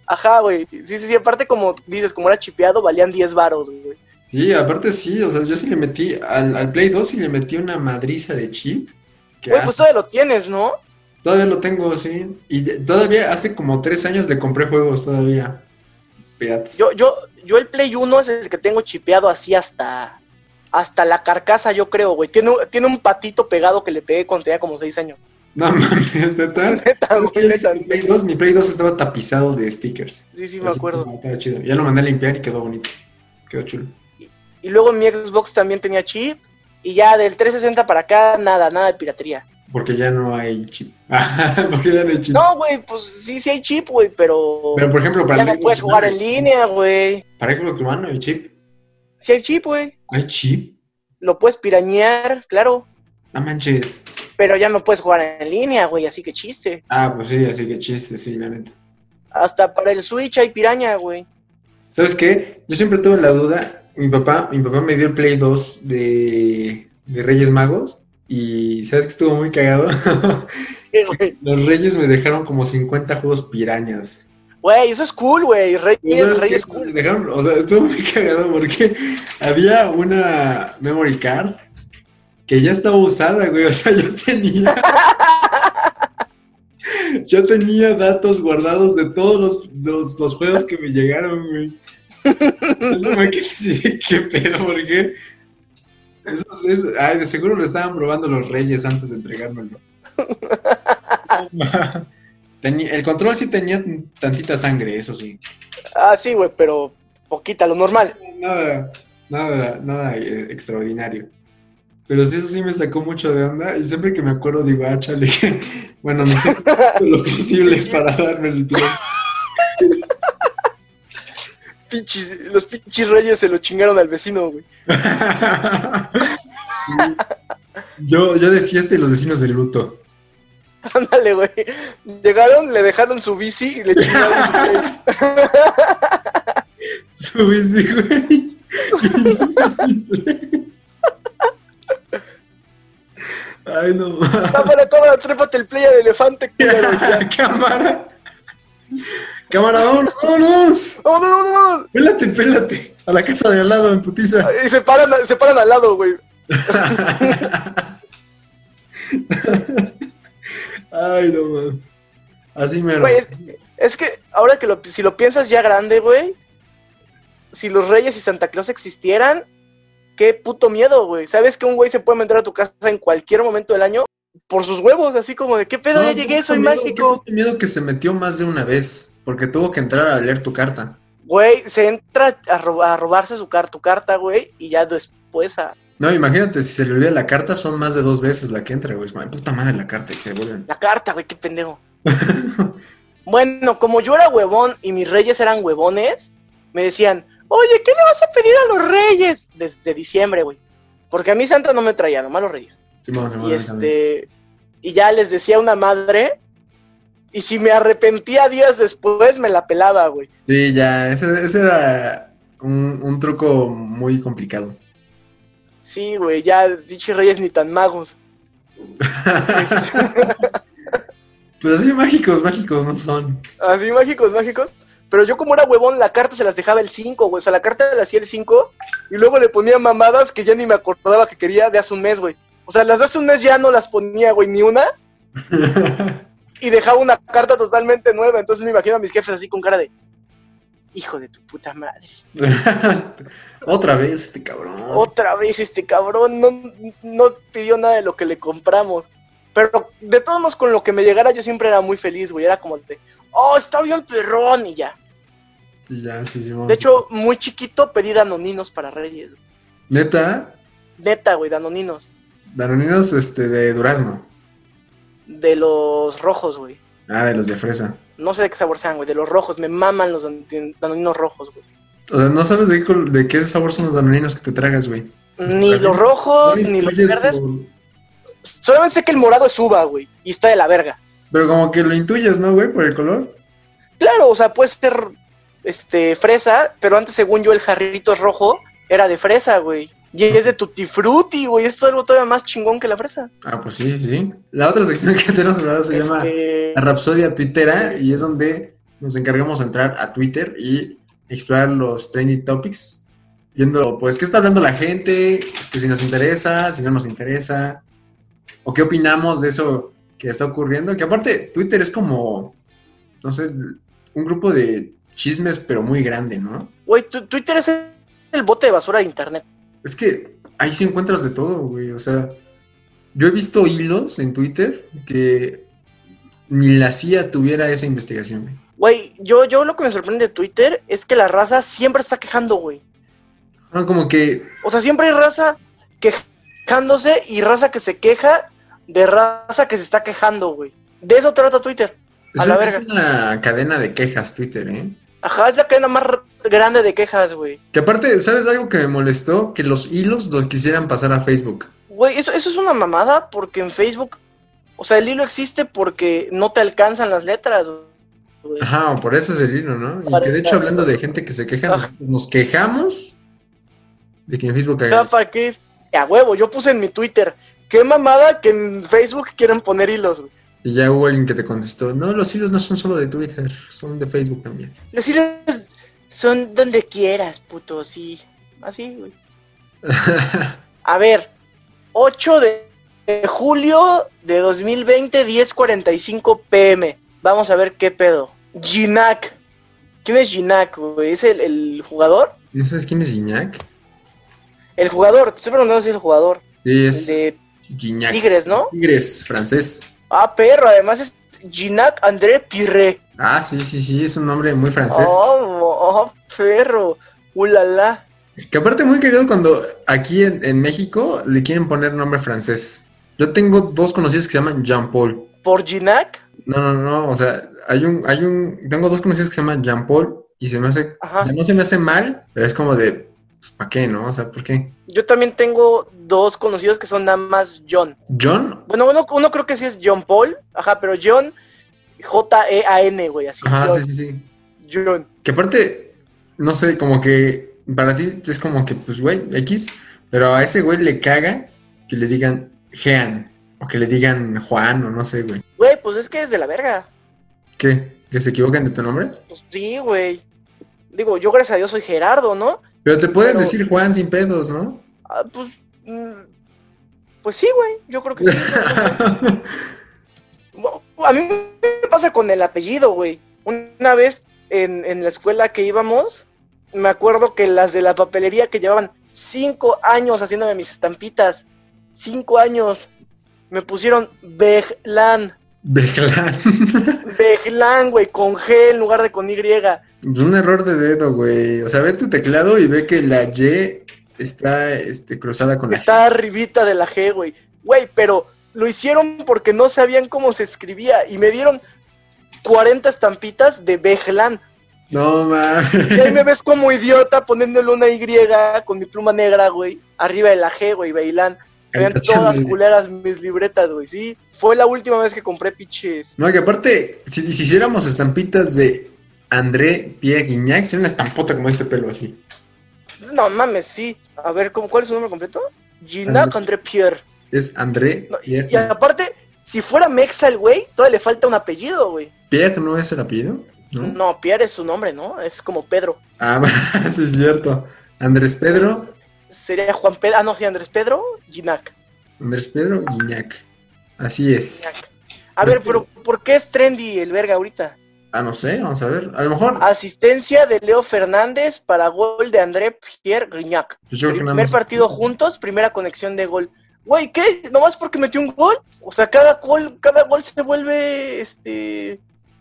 [SPEAKER 2] Ajá, güey. Sí, sí, sí. Aparte, como dices, como era chipeado, valían 10 varos, güey.
[SPEAKER 1] Sí, aparte sí, o sea, yo sí le metí al, al Play 2 y le metí una madriza de chip. que
[SPEAKER 2] Güey, pues
[SPEAKER 1] hace-
[SPEAKER 2] todavía lo tienes, ¿no?
[SPEAKER 1] todavía lo tengo, sí. Y de- todavía hace como tres años le compré juegos todavía. Piratas.
[SPEAKER 2] Yo, yo, yo el Play 1 es el que tengo chipeado así hasta, hasta la carcasa, yo creo, güey. Tiene, un- tiene un patito pegado que le pegué cuando tenía como 6 años.
[SPEAKER 1] No mames, de tal.
[SPEAKER 2] Neta, güey, neta.
[SPEAKER 1] Mi Play 2, mi Play 2 estaba tapizado de stickers.
[SPEAKER 2] Sí, sí, me
[SPEAKER 1] Así
[SPEAKER 2] acuerdo.
[SPEAKER 1] como Estaba chido. Ya lo mandé a limpiar y quedó bonito. Quedó chulo.
[SPEAKER 2] Y luego mi Xbox también tenía chip. Y ya del 360 para acá, nada, nada de piratería.
[SPEAKER 1] Porque ya no hay chip. Porque ya no hay chip.
[SPEAKER 2] No, güey, pues sí, sí hay chip, güey, pero...
[SPEAKER 1] Pero por ejemplo, para
[SPEAKER 2] Ya
[SPEAKER 1] el
[SPEAKER 2] no
[SPEAKER 1] Xbox
[SPEAKER 2] puedes jugar
[SPEAKER 1] One,
[SPEAKER 2] en línea, güey.
[SPEAKER 1] Para Xbox One no hay chip.
[SPEAKER 2] Sí hay chip, güey.
[SPEAKER 1] Hay chip.
[SPEAKER 2] Lo puedes pirañear, claro.
[SPEAKER 1] No manches.
[SPEAKER 2] Pero ya no puedes jugar en línea, güey, así que chiste.
[SPEAKER 1] Ah, pues sí, así que chiste, sí, la neta.
[SPEAKER 2] Hasta para el Switch hay piraña, güey.
[SPEAKER 1] ¿Sabes qué? Yo siempre tuve la duda. Mi papá, mi papá me dio el Play 2 de, de Reyes Magos. Y ¿sabes que estuvo muy cagado?
[SPEAKER 2] Sí, güey.
[SPEAKER 1] Los Reyes me dejaron como 50 juegos pirañas.
[SPEAKER 2] Güey, eso es cool, güey. Reyes,
[SPEAKER 1] O sea, Pues es
[SPEAKER 2] Reyes
[SPEAKER 1] que
[SPEAKER 2] cool.
[SPEAKER 1] dejaron- o sea, estuvo muy cagado porque había una memory card que ya estaba usada, güey. O sea, yo tenía. yo tenía datos guardados de todos los, los- los juegos que me llegaron, güey. Yo me quedé así de, ¿Qué pedo? ¿Por qué? Eso, es- eso- ay, de seguro lo estaban probando los reyes antes de entregármelo. Tenía- el control sí tenía tantita sangre, eso sí.
[SPEAKER 2] Ah, sí, güey, pero poquita, lo normal.
[SPEAKER 1] Nada, nada, nada eh, extraordinario. Pero sí, eso sí me sacó mucho de onda. Y siempre que me acuerdo digo, ah, chale, que- bueno, me hice todo lo posible para darme el play.
[SPEAKER 2] Pinches- los pinches reyes se lo chingaron al vecino, güey.
[SPEAKER 1] Sí. Yo, yo de fiesta y los vecinos de luto.
[SPEAKER 2] Ándale, güey. Llegaron, le dejaron su bici y le chingaron su Play.
[SPEAKER 1] Su bici, güey. Imposible. Ay, no.
[SPEAKER 2] Cámara, cámara, trépate el play al elefante, culero. ya.
[SPEAKER 1] Cámara. Cámara, vámonos, vámonos.
[SPEAKER 2] ¡Vamos, vamos, vamos!
[SPEAKER 1] Pélate, pélate. A la casa de al lado, en putiza.
[SPEAKER 2] Y se paran, se paran al lado, güey.
[SPEAKER 1] Ay, no mames. Así mero.
[SPEAKER 2] Güey, es, es que ahora que lo, si lo piensas ya grande, güey, si los Reyes y Santa Claus existieran, qué puto miedo, güey. ¿Sabes que un güey se puede meter a tu casa en cualquier momento del año por sus huevos? Así como de, ¿qué pedo?
[SPEAKER 1] No,
[SPEAKER 2] ya
[SPEAKER 1] qué
[SPEAKER 2] llegué,
[SPEAKER 1] puto
[SPEAKER 2] soy
[SPEAKER 1] miedo, qué
[SPEAKER 2] mágico.
[SPEAKER 1] puto miedo que se metió más de una vez. Porque tuvo que entrar a leer tu carta.
[SPEAKER 2] Güey, se entra a, ro- a robarse su car- tu carta, güey, y ya después a...
[SPEAKER 1] No, imagínate, si se le olvida la carta, son más de dos veces la que entra, güey. Es como, Puta madre la carta y se vuelven.
[SPEAKER 2] La carta, güey, qué pendejo. Bueno, como yo era huevón y mis reyes eran huevones, me decían, oye, ¿qué le vas a pedir a los reyes? Desde diciembre, güey. Porque a mí Santa no me traía, nomás los reyes.
[SPEAKER 1] Simón, Simón,
[SPEAKER 2] Y
[SPEAKER 1] déjame.
[SPEAKER 2] este, y ya les decía una madre, y si me arrepentía días después, me la pelaba, güey.
[SPEAKER 1] Sí, ya, ese, ese era un, un truco muy complicado.
[SPEAKER 2] Sí, güey, ya, dichos reyes ni tan magos.
[SPEAKER 1] pues así mágicos, mágicos no son.
[SPEAKER 2] Así mágicos, mágicos. Pero yo como era huevón, la carta se las dejaba el 5, güey. O sea, la carta la hacía el 5 y luego le ponía mamadas que ya ni me acordaba que quería de hace un mes, güey. O sea, las de hace un mes ya no las ponía, güey, ni una. Y dejaba una carta totalmente nueva. Entonces me imagino a mis jefes así con cara de... hijo de tu puta madre.
[SPEAKER 1] Otra vez este cabrón.
[SPEAKER 2] Otra vez este cabrón no, no pidió nada de lo que le compramos. Pero de todos modos, con lo que me llegara, yo siempre era muy feliz, güey. Era como de, oh, está bien perrón y ya.
[SPEAKER 1] Ya, sí, sí, vamos.
[SPEAKER 2] De hecho, muy chiquito pedí danoninos para Reyes. güey.
[SPEAKER 1] Neta,
[SPEAKER 2] Neta, güey, danoninos.
[SPEAKER 1] Danoninos este, de durazno.
[SPEAKER 2] De los rojos, güey.
[SPEAKER 1] Ah, de los de fresa.
[SPEAKER 2] No sé de qué sabor sean, güey. De los rojos. Me maman los dan- danoninos rojos, güey.
[SPEAKER 1] O sea, no sabes de qué, col- de qué sabor son los danoninos que te tragas, güey.
[SPEAKER 2] Ni los rojos, ni los
[SPEAKER 1] Intuyes
[SPEAKER 2] verdes.
[SPEAKER 1] por-
[SPEAKER 2] Solamente sé que el morado es uva, güey. Y está de la verga.
[SPEAKER 1] Pero como que lo intuyes, ¿no, güey? Por el color.
[SPEAKER 2] Claro, o sea, puede ser este fresa, pero antes, según yo, el jarrito rojo era de fresa, güey. Y es de tutti frutti, güey. Esto es algo todavía más chingón que la fresa.
[SPEAKER 1] Ah, pues sí, sí. La otra sección que tenemos preparada se llama
[SPEAKER 2] Este,
[SPEAKER 1] la Rapsodia Twittera y es donde nos encargamos de entrar a Twitter y explorar los trending topics, viendo pues qué está hablando la gente, que si nos interesa, si no nos interesa, o qué opinamos de eso que está ocurriendo, que aparte Twitter es como, no sé, un grupo de chismes pero muy grande, ¿no?
[SPEAKER 2] Güey, tu- Twitter es el bote de basura de internet.
[SPEAKER 1] Es que ahí sí encuentras de todo, güey. O sea, yo he visto hilos en Twitter que ni la CIA tuviera esa investigación, güey.
[SPEAKER 2] Güey, yo, yo lo que me sorprende de Twitter es que la raza siempre está quejando, güey.
[SPEAKER 1] No, Ah, como que
[SPEAKER 2] O sea, siempre hay raza quejándose y raza que se queja de raza que se está quejando, güey. De eso trata Twitter.
[SPEAKER 1] es,
[SPEAKER 2] A la
[SPEAKER 1] una-
[SPEAKER 2] verga.
[SPEAKER 1] es una cadena de quejas Twitter, ¿eh?
[SPEAKER 2] Ajá, es la cadena más r- grande de quejas, güey.
[SPEAKER 1] Que aparte, ¿sabes algo que me molestó? Que los hilos los quisieran pasar a Facebook.
[SPEAKER 2] Güey, eso, eso es una mamada porque en Facebook, o sea, el hilo existe porque no te alcanzan las letras, güey.
[SPEAKER 1] Ajá, por eso es el hilo, ¿no? Y
[SPEAKER 2] Para
[SPEAKER 1] que de hecho,
[SPEAKER 2] evitar-
[SPEAKER 1] hablando de gente que se queja, nos,
[SPEAKER 2] Ajá.
[SPEAKER 1] nos quejamos de que en Facebook hay...
[SPEAKER 2] O sea, ¿para qué? A huevo, yo puse en mi Twitter, qué mamada que en Facebook quieren poner hilos, güey.
[SPEAKER 1] Y ya hubo alguien que te contestó, no, los hilos no son solo de Twitter, son de Facebook también.
[SPEAKER 2] Los hilos son donde quieras, puto, sí. Así, güey. A ver, 8 de de julio de 2020, 10:45 pm. Vamos a ver qué pedo. Jinak. ¿Quién es Jinak, güey? ¿Es el- el jugador?
[SPEAKER 1] ¿Y sabes quién es Gignac?
[SPEAKER 2] El jugador, te estoy preguntando si es el jugador.
[SPEAKER 1] Sí,
[SPEAKER 2] El
[SPEAKER 1] es
[SPEAKER 2] de
[SPEAKER 1] Gignac.
[SPEAKER 2] Tigres, ¿no?
[SPEAKER 1] Tigres, francés.
[SPEAKER 2] Ah, perro, además es Ginac André Pirre.
[SPEAKER 1] Ah, sí, sí, sí, es un nombre muy francés.
[SPEAKER 2] Oh, oh, perro. Ulala.
[SPEAKER 1] Que aparte muy cagado cuando aquí en, en México le quieren poner nombre francés. Yo tengo dos conocidos que se llaman Jean Paul.
[SPEAKER 2] ¿Por Ginac?
[SPEAKER 1] No, no, no, o sea, hay un, hay un, tengo dos conocidos que se llaman Jean Paul y se me hace,
[SPEAKER 2] Ajá.
[SPEAKER 1] ya no se me hace mal, pero es como de, pues, ¿para qué, no? O sea, ¿por qué?
[SPEAKER 2] Yo también tengo dos conocidos que son nada más John.
[SPEAKER 1] John,
[SPEAKER 2] Bueno, uno, uno creo que sí es John Paul. Ajá, pero John, J-E-A-N, güey, así.
[SPEAKER 1] ajá,
[SPEAKER 2] John,
[SPEAKER 1] sí, sí, sí.
[SPEAKER 2] John.
[SPEAKER 1] Que aparte, no sé, como que para ti es como que, pues, güey, X, pero a ese güey le caga que le digan Jean o que le digan Juan o no sé, güey.
[SPEAKER 2] Güey, pues es que es de la verga.
[SPEAKER 1] ¿Qué? ¿Que se equivocan de tu nombre?
[SPEAKER 2] Pues sí, güey. Digo, yo gracias a Dios soy Gerardo, ¿no?
[SPEAKER 1] Pero te pueden
[SPEAKER 2] Pero-
[SPEAKER 1] decir Juan sin pedos, ¿no?
[SPEAKER 2] Ah, pues, mm, pues sí, güey, yo creo que sí. Bo- A mí me pasa con el apellido, güey. Una vez en, en la escuela que íbamos, me acuerdo que las de la papelería que llevaban cinco años haciéndome mis estampitas, cinco años, me pusieron Bejlan,
[SPEAKER 1] Beclan.
[SPEAKER 2] Bejlan, güey, con G en lugar de con Y.
[SPEAKER 1] Un error de dedo, güey. O sea, ve tu teclado y ve que la Y está este, cruzada con la
[SPEAKER 2] Está arribita de la G, güey. Güey, pero lo hicieron porque no sabían cómo se escribía y me dieron 40 estampitas de Bejlan.
[SPEAKER 1] G. No mames.
[SPEAKER 2] Y ahí me ves como idiota poniéndole una Y con mi pluma negra, güey, arriba de la G, güey, Beilan. Se vean todas culeras mis libretas, güey, sí. Fue la última vez que compré piches.
[SPEAKER 1] No, que aparte, si, si hiciéramos estampitas de André Pierre Guignac, sería una estampota como este pelo así.
[SPEAKER 2] No mames, sí. A ver, ¿cómo, ¿cuál es su nombre completo? Gina André Pierre.
[SPEAKER 1] Es André
[SPEAKER 2] No, y,
[SPEAKER 1] Pierre.
[SPEAKER 2] y aparte, si fuera Mexa el güey, todavía le falta un apellido, güey.
[SPEAKER 1] Pierre no es el apellido, ¿no?
[SPEAKER 2] No, Pierre es su nombre, ¿no? Es como Pedro.
[SPEAKER 1] Ah, sí es cierto. Andrés Pedro,
[SPEAKER 2] Sería Juan Pedro. Ah, no, sí, Andrés Pedro, Ginac.
[SPEAKER 1] Andrés Pedro Guignac. Así es.
[SPEAKER 2] Ginac. A ver, pero ¿por qué es trendy el verga ahorita?
[SPEAKER 1] Ah, no sé, vamos a ver. A lo mejor.
[SPEAKER 2] Ah, Asistencia de Leo Fernández para gol de André Pierre Guignac.
[SPEAKER 1] Pues yo creo que nada
[SPEAKER 2] Primer
[SPEAKER 1] más-
[SPEAKER 2] partido juntos, primera conexión de gol. Güey, ¿qué? ¿Nomás porque metió un gol? O sea, cada gol, cada gol se vuelve este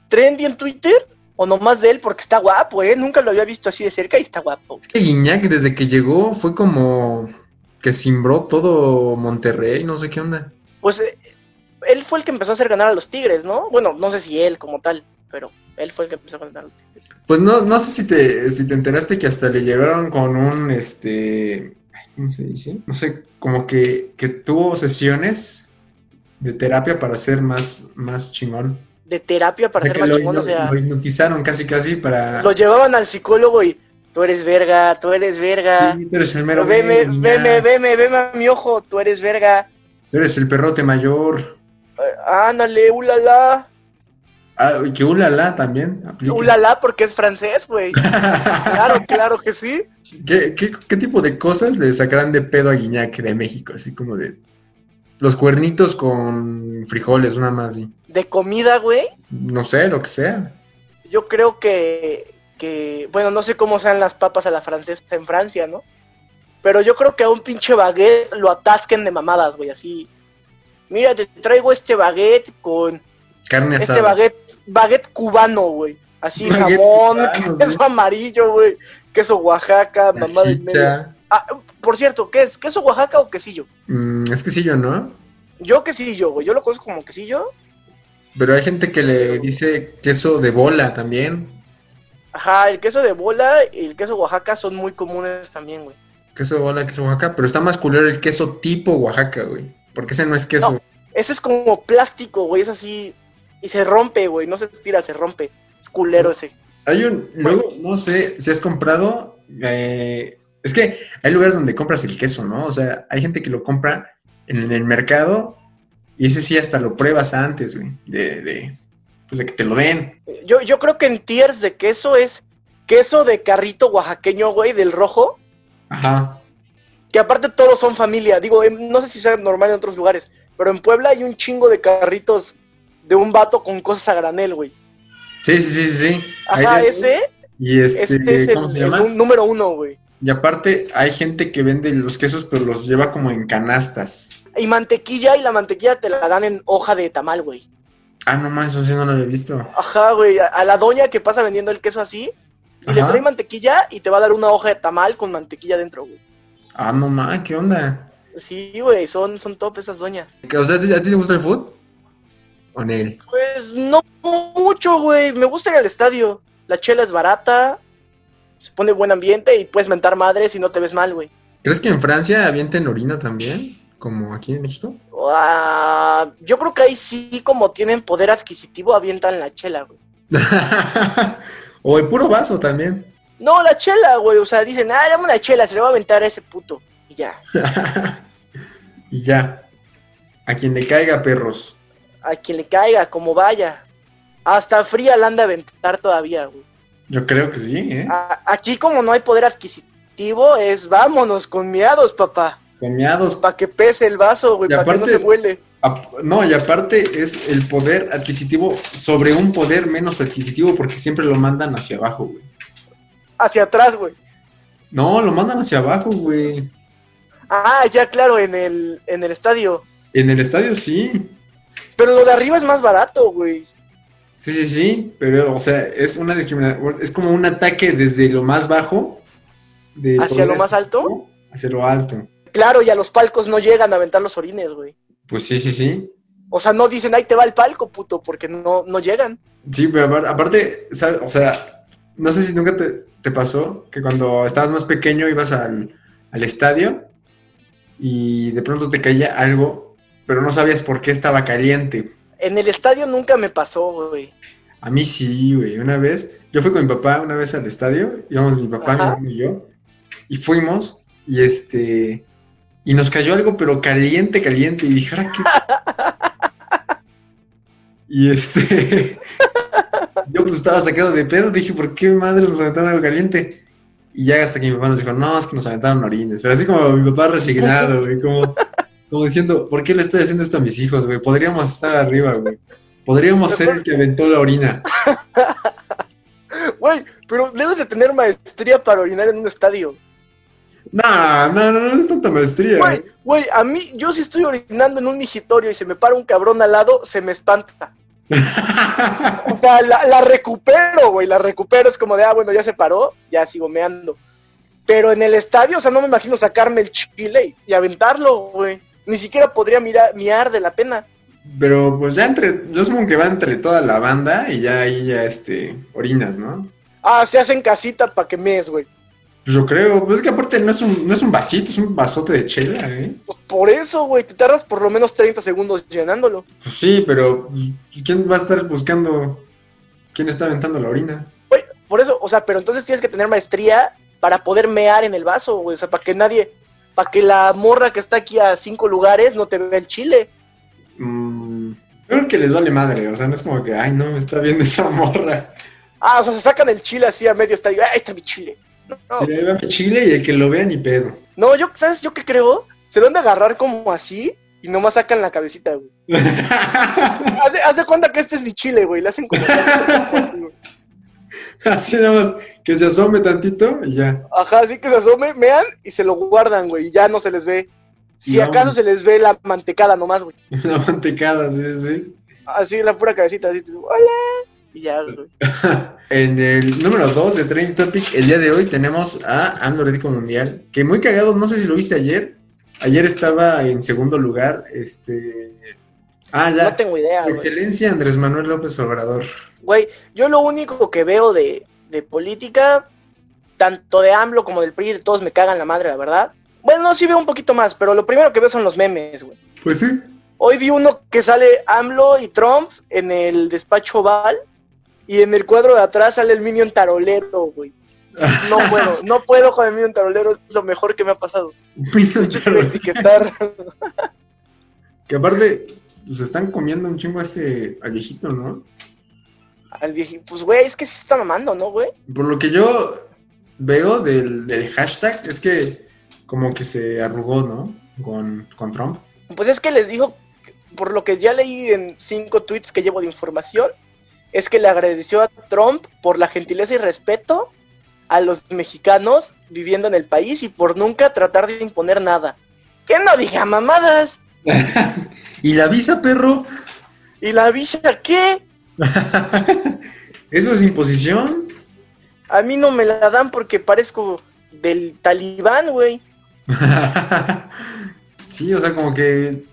[SPEAKER 2] trendy en Twitter. O nomás de él porque está guapo, ¿eh? Nunca lo había visto así de cerca y está guapo.
[SPEAKER 1] Es que Guiñac, desde que llegó, fue como que simbró todo Monterrey, no sé qué onda.
[SPEAKER 2] Pues eh, él fue el que empezó a hacer ganar a los Tigres, ¿no? Bueno, no sé si él como tal, pero él fue el que empezó a ganar a los Tigres.
[SPEAKER 1] Pues no, no sé si te, si te enteraste que hasta le llegaron con un este. ay, ¿Cómo se dice? No sé, como que, que tuvo sesiones de terapia para ser más, más chingón.
[SPEAKER 2] De terapia para
[SPEAKER 1] O sea,
[SPEAKER 2] ser
[SPEAKER 1] que lo
[SPEAKER 2] machimón, o
[SPEAKER 1] hipno-
[SPEAKER 2] sea.
[SPEAKER 1] lo hipnotizaron casi casi para.
[SPEAKER 2] Lo llevaban al psicólogo y tú eres verga, tú eres verga.
[SPEAKER 1] Sí, tú eres el mero
[SPEAKER 2] Veme,
[SPEAKER 1] güey,
[SPEAKER 2] veme,
[SPEAKER 1] ya.
[SPEAKER 2] veme, veme a mi ojo, tú eres verga.
[SPEAKER 1] Tú eres el perrote mayor.
[SPEAKER 2] Eh, Ándale, ulala.
[SPEAKER 1] Ah, y que ulala también aplica.
[SPEAKER 2] Ulala porque es francés, güey. Claro, claro que sí.
[SPEAKER 1] ¿Qué, qué, qué tipo de cosas le sacarán de pedo a Guiñac de México? Así como de los cuernitos con frijoles, una más. y
[SPEAKER 2] De comida, güey.
[SPEAKER 1] No sé, lo que sea.
[SPEAKER 2] Yo creo que, que, bueno, no sé cómo sean las papas a la francesa en Francia, ¿no? Pero yo creo que a un pinche baguette lo atasquen de mamadas, güey, así. Mira, te traigo este baguette con
[SPEAKER 1] Carne
[SPEAKER 2] Este
[SPEAKER 1] asada.
[SPEAKER 2] baguette, baguette cubano, güey. Así,
[SPEAKER 1] Baguette
[SPEAKER 2] jamón,
[SPEAKER 1] cubano,
[SPEAKER 2] queso amarillo, güey. Queso Oaxaca, mamá del medio.
[SPEAKER 1] Cajita.
[SPEAKER 2] Ah, por cierto, ¿qué es? ¿Queso Oaxaca o quesillo?
[SPEAKER 1] Mm, es que sí, yo no.
[SPEAKER 2] Yo quesillo, güey. Yo lo conozco como quesillo.
[SPEAKER 1] Pero hay gente que le dice queso de bola también.
[SPEAKER 2] Ajá, el queso de bola y el queso Oaxaca son muy comunes también, güey.
[SPEAKER 1] Queso de bola, queso Oaxaca. Pero está más culero el queso tipo Oaxaca, güey. Porque ese no es queso.
[SPEAKER 2] No. Ese es como plástico, güey. Es así. Y se rompe, güey. No se estira, se rompe. Es culero ese.
[SPEAKER 1] Hay un. Luego, no sé si has comprado. eh, es que hay lugares donde compras el queso, ¿no? O sea, hay gente que lo compra en el mercado y ese sí hasta lo pruebas antes, güey. De, de, pues de que te lo den.
[SPEAKER 2] Yo, yo creo que en tiers de queso es queso de carrito oaxaqueño, güey, del rojo.
[SPEAKER 1] Ajá.
[SPEAKER 2] Que aparte todos son familia. Digo, en- no sé si sea normal en otros lugares, pero en Puebla hay un chingo de carritos de un vato con cosas a granel, güey.
[SPEAKER 1] Sí, sí, sí, sí, sí.
[SPEAKER 2] Ajá,
[SPEAKER 1] Ahí ya-
[SPEAKER 2] ese,
[SPEAKER 1] Y este,
[SPEAKER 2] este es el,
[SPEAKER 1] ¿cómo se
[SPEAKER 2] el
[SPEAKER 1] llama?
[SPEAKER 2] nu- número uno, güey.
[SPEAKER 1] Y aparte, hay gente que vende los quesos, pero los lleva como en canastas.
[SPEAKER 2] Y mantequilla, y la mantequilla te la dan en hoja de tamal, güey.
[SPEAKER 1] Ah, no más, eso sí no lo había visto.
[SPEAKER 2] Ajá, güey. A, a la doña que pasa vendiendo el queso así, y le
[SPEAKER 1] Ajá.
[SPEAKER 2] trae mantequilla y te va a dar una hoja de tamal con mantequilla dentro, güey.
[SPEAKER 1] Ah, no más, ¿qué onda?
[SPEAKER 2] Sí, güey, son, son top esas doñas.
[SPEAKER 1] O sea, ¿a ti a ti te gusta el food? ¿O Nel?
[SPEAKER 2] Pues no mucho, güey. Me gusta ir al estadio. La chela es barata, se pone buen ambiente y puedes mentar madres y no te ves mal, güey.
[SPEAKER 1] ¿Crees que en Francia avienten orina también? Como aquí en México.
[SPEAKER 2] Ah, yo creo que ahí sí, como tienen poder adquisitivo, avientan la chela, güey.
[SPEAKER 1] o el puro vaso también.
[SPEAKER 2] No, la chela, güey. O sea, dicen, ah, dame una chela, se le va a aventar a ese puto. Y ya.
[SPEAKER 1] y ya. A quien le caiga, perros.
[SPEAKER 2] A quien le caiga, como vaya. Hasta fría la anda a aventar todavía, güey.
[SPEAKER 1] Yo creo que sí, ¿eh?
[SPEAKER 2] A- aquí, como no hay poder adquisitivo, es vámonos con miados, papá.
[SPEAKER 1] Con miados.
[SPEAKER 2] Para que pese el vaso, güey,
[SPEAKER 1] Y
[SPEAKER 2] para que no
[SPEAKER 1] aparte-
[SPEAKER 2] se vuele.
[SPEAKER 1] Ap- No, y aparte es el poder adquisitivo sobre un poder menos adquisitivo porque siempre lo mandan hacia abajo, güey.
[SPEAKER 2] Hacia atrás, güey.
[SPEAKER 1] No, lo mandan hacia abajo, güey.
[SPEAKER 2] Ah, ya, claro, en el, en el estadio.
[SPEAKER 1] En el estadio sí.
[SPEAKER 2] Pero lo de arriba es más barato, güey.
[SPEAKER 1] Sí, sí, sí, pero, o sea, es una discriminación, es como un ataque desde lo más bajo. de
[SPEAKER 2] ¿Hacia lo más
[SPEAKER 1] alto? Hacia lo alto.
[SPEAKER 2] Claro, y a los palcos no llegan a aventar los orines, güey.
[SPEAKER 1] Pues sí, sí, sí.
[SPEAKER 2] O sea, no dicen, ahí te va el palco, puto, porque no, no llegan.
[SPEAKER 1] Sí, pero apar- aparte, ¿sabes? o sea, no sé si nunca te, te pasó que cuando estabas más pequeño ibas al, al estadio y de pronto te caía algo, pero no sabías por qué estaba caliente.
[SPEAKER 2] En el estadio nunca me pasó, güey.
[SPEAKER 1] A mí sí, güey. Una vez, yo fui con mi papá una vez al estadio, íbamos mi papá, mi
[SPEAKER 2] Ajá.
[SPEAKER 1] hermano y yo, y fuimos, y este, y nos cayó algo, pero caliente, caliente, y dije, "Ahora qué?". y este, yo pues estaba sacado de pedo, dije, ¿por qué madre nos aventaron algo caliente? Y ya hasta que mi papá nos dijo, no, es que nos aventaron orines, pero así como mi papá resignado, güey, como, como diciendo, ¿por qué le estoy haciendo esto a mis hijos, güey? Podríamos estar arriba, güey. Podríamos ser el que aventó la orina.
[SPEAKER 2] Güey, pero debes de tener maestría para orinar en un estadio.
[SPEAKER 1] No, no, no, no es tanta maestría. eh.
[SPEAKER 2] Güey, güey, a mí, yo si estoy orinando en un migitorio y se me para un cabrón al lado, se me espanta. O sea, la, la recupero, güey, la recupero. Es como de, ah, bueno, ya se paró, ya sigo meando. Pero en el estadio, o sea, no me imagino sacarme el chile y aventarlo, güey. Ni siquiera podría mirar, miar de la pena.
[SPEAKER 1] Pero pues ya entre, yo supongo que va entre toda la banda y ya ahí ya este, orinas, ¿no?
[SPEAKER 2] Ah, se hacen casita para que mees, güey.
[SPEAKER 1] Pues yo creo, pues es que aparte no es un, no es un vasito, es un vasote de chela, ¿eh?
[SPEAKER 2] Pues por eso, güey, te tardas por lo menos 30 segundos llenándolo.
[SPEAKER 1] Pues sí, pero pues, ¿quién va a estar buscando quién está aventando la orina?
[SPEAKER 2] Güey, por eso, o sea, pero entonces tienes que tener maestría para poder mear en el vaso, güey, o sea, para que nadie, para que la morra que está aquí a cinco lugares no te vea el chile.
[SPEAKER 1] Mm, creo que les vale madre, o sea, no es como que, ay, no, me está viendo esa morra.
[SPEAKER 2] Ah, o sea, se sacan el chile así a medio estadio, ahí está mi chile. No.
[SPEAKER 1] Se le va mi chile y el que lo vea ni pedo.
[SPEAKER 2] No, yo, ¿sabes yo qué creo? Se lo han de agarrar como así y nomás sacan la cabecita, güey. hace, hace cuenta que este es mi chile, güey, le hacen como...
[SPEAKER 1] Así nada más, que se asome tantito y ya.
[SPEAKER 2] Ajá, así que se asome, mean y se lo guardan, güey, y ya no se les ve. Si
[SPEAKER 1] No.
[SPEAKER 2] acaso se les ve la mantecada nomás, güey.
[SPEAKER 1] Una mantecada, sí, sí, sí.
[SPEAKER 2] Así la pura cabecita, así, hola. Y ya, güey.
[SPEAKER 1] En el número 2 de Trending Topic, el día de hoy tenemos a AMLO Ridículo Mundial, que muy cagado, no sé si lo viste ayer. Ayer estaba en segundo lugar, este... Ah, ya.
[SPEAKER 2] No tengo idea,
[SPEAKER 1] Su
[SPEAKER 2] güey.
[SPEAKER 1] Excelencia Andrés Manuel López Obrador.
[SPEAKER 2] Güey, yo lo único que veo de, de política, tanto de AMLO como del PRI, de todos me cagan la madre, la verdad. Bueno, no, sí veo un poquito más, pero lo primero que veo son los memes, güey.
[SPEAKER 1] Pues sí.
[SPEAKER 2] Hoy vi uno que sale AMLO y Trump en el despacho Oval y en el cuadro de atrás sale el Minion Tarolero, güey. No puedo, no puedo con el Minion Tarolero, es lo mejor que me ha pasado. De hecho, te voy a etiquetar.
[SPEAKER 1] que aparte, pues están comiendo un chingo a ese al viejito, ¿no?
[SPEAKER 2] Al viejito. Pues, güey, es que sí se está mamando, ¿no, güey?
[SPEAKER 1] Por lo que yo veo del, del hashtag es que como que se arrugó, ¿no? Con, con Trump.
[SPEAKER 2] Pues es que les dijo, que- por lo que ya leí en cinco tweets que llevo de información, es que le agradeció a Trump por la gentileza y respeto a los mexicanos viviendo en el país y por nunca tratar de imponer nada. Que no diga mamadas.
[SPEAKER 1] y la visa, perro.
[SPEAKER 2] ¿Y la visa qué?
[SPEAKER 1] Eso es imposición.
[SPEAKER 2] A mí no me la dan porque parezco del talibán, güey.
[SPEAKER 1] sí, o sea, como que.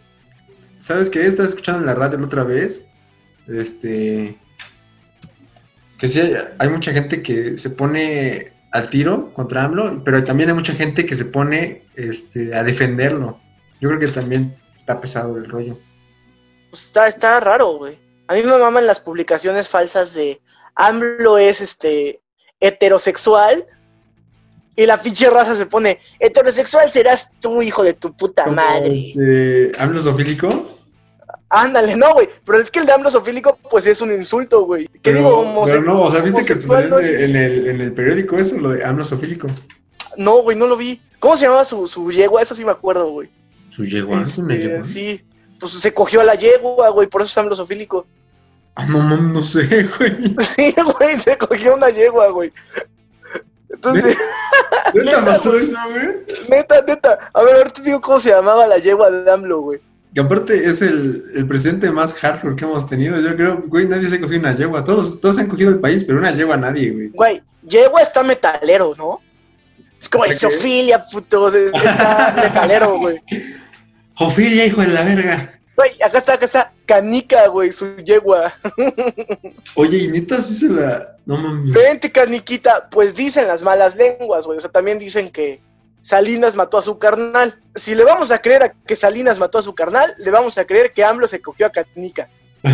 [SPEAKER 1] ¿Sabes qué? Estaba escuchando en la radio la otra vez. Este. Que sí, hay- hay mucha gente que se pone al tiro contra AMLO, pero también hay mucha gente que se pone este, a defenderlo. Yo creo que también está pesado el rollo.
[SPEAKER 2] Pues está, está raro, güey. A mí me maman las publicaciones falsas de AMLO es este heterosexual y la pinche raza se pone heterosexual serás tú, hijo de tu puta
[SPEAKER 1] Como,
[SPEAKER 2] madre.
[SPEAKER 1] Este, ¿AMLO zoofílico?
[SPEAKER 2] Ándale, no, güey. Pero es que el de AMLO zoofílico, pues es un insulto, güey. ¿Qué
[SPEAKER 1] Pero-
[SPEAKER 2] digo,
[SPEAKER 1] Pero
[SPEAKER 2] homosexual?
[SPEAKER 1] no, o sea, viste que esto salió
[SPEAKER 2] homosexual no es-
[SPEAKER 1] en el, en el periódico eso, lo de AMLO zoofílico.
[SPEAKER 2] No, güey, no lo vi. ¿Cómo se llamaba su, su yegua? Eso sí me acuerdo, güey.
[SPEAKER 1] Su yegua, es una
[SPEAKER 2] Este,
[SPEAKER 1] yegua.
[SPEAKER 2] sí. Pues se cogió a la yegua, güey, por eso es AMLO zoofílico.
[SPEAKER 1] Ah, no, no, no sé, güey.
[SPEAKER 2] Sí, güey, se cogió una yegua, güey. Entonces,
[SPEAKER 1] ¿Neta
[SPEAKER 2] Neta,
[SPEAKER 1] pasó
[SPEAKER 2] güey.
[SPEAKER 1] eso, güey?
[SPEAKER 2] neta, neta. A ver, ahorita te digo cómo se llamaba la yegua de AMLO, güey.
[SPEAKER 1] Que aparte es el, el presidente más hardcore que hemos tenido. Yo creo, güey, nadie se ha cogido una yegua. Todos, todos han cogido el país, pero una yegua nadie, güey.
[SPEAKER 2] Güey, yegua está metalero, ¿no? Es como
[SPEAKER 1] ¿Está qué?
[SPEAKER 2] Sofilia, puto. se- Está metalero, güey.
[SPEAKER 1] Ofilia, hijo de la verga.
[SPEAKER 2] Güey, acá está, acá está Canica, güey, su yegua.
[SPEAKER 1] Oye, y neta sí se la. No mames.
[SPEAKER 2] Vente, Caniquita. Pues dicen las malas lenguas, güey. O sea, también dicen que Salinas mató a su carnal. Si le vamos a creer a que Salinas mató a su carnal, le vamos a creer que AMLO se cogió a Canica.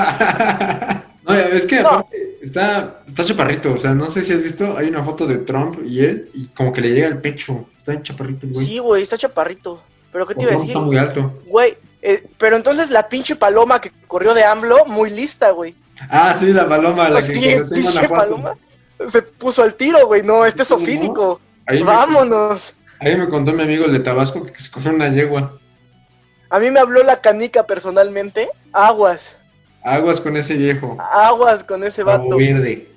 [SPEAKER 1] no, ya, es que
[SPEAKER 2] No.
[SPEAKER 1] aparte está, está chaparrito. O sea, no sé si has visto, hay una foto de Trump y él, y como que le llega al pecho. Está en chaparrito, el güey.
[SPEAKER 2] Sí, güey, está chaparrito. Pero ¿qué
[SPEAKER 1] O
[SPEAKER 2] te iba a
[SPEAKER 1] Trump
[SPEAKER 2] decir?
[SPEAKER 1] está muy alto.
[SPEAKER 2] Güey, eh, pero entonces la pinche paloma que corrió de AMLO, muy lista, güey.
[SPEAKER 1] Ah, sí, la paloma, la que cuando
[SPEAKER 2] Pues,
[SPEAKER 1] tenga
[SPEAKER 2] pinche
[SPEAKER 1] una foto-
[SPEAKER 2] paloma se puso al tiro, güey. No, este es
[SPEAKER 1] ¿Cómo?
[SPEAKER 2] sofílico.
[SPEAKER 1] Ahí me-
[SPEAKER 2] Vámonos.
[SPEAKER 1] Ahí me contó mi amigo el de Tabasco que se cogió una yegua.
[SPEAKER 2] A mí me habló la canica personalmente. Aguas.
[SPEAKER 1] Aguas con ese viejo.
[SPEAKER 2] Aguas con Ah, ese vato.
[SPEAKER 1] Pavo verde.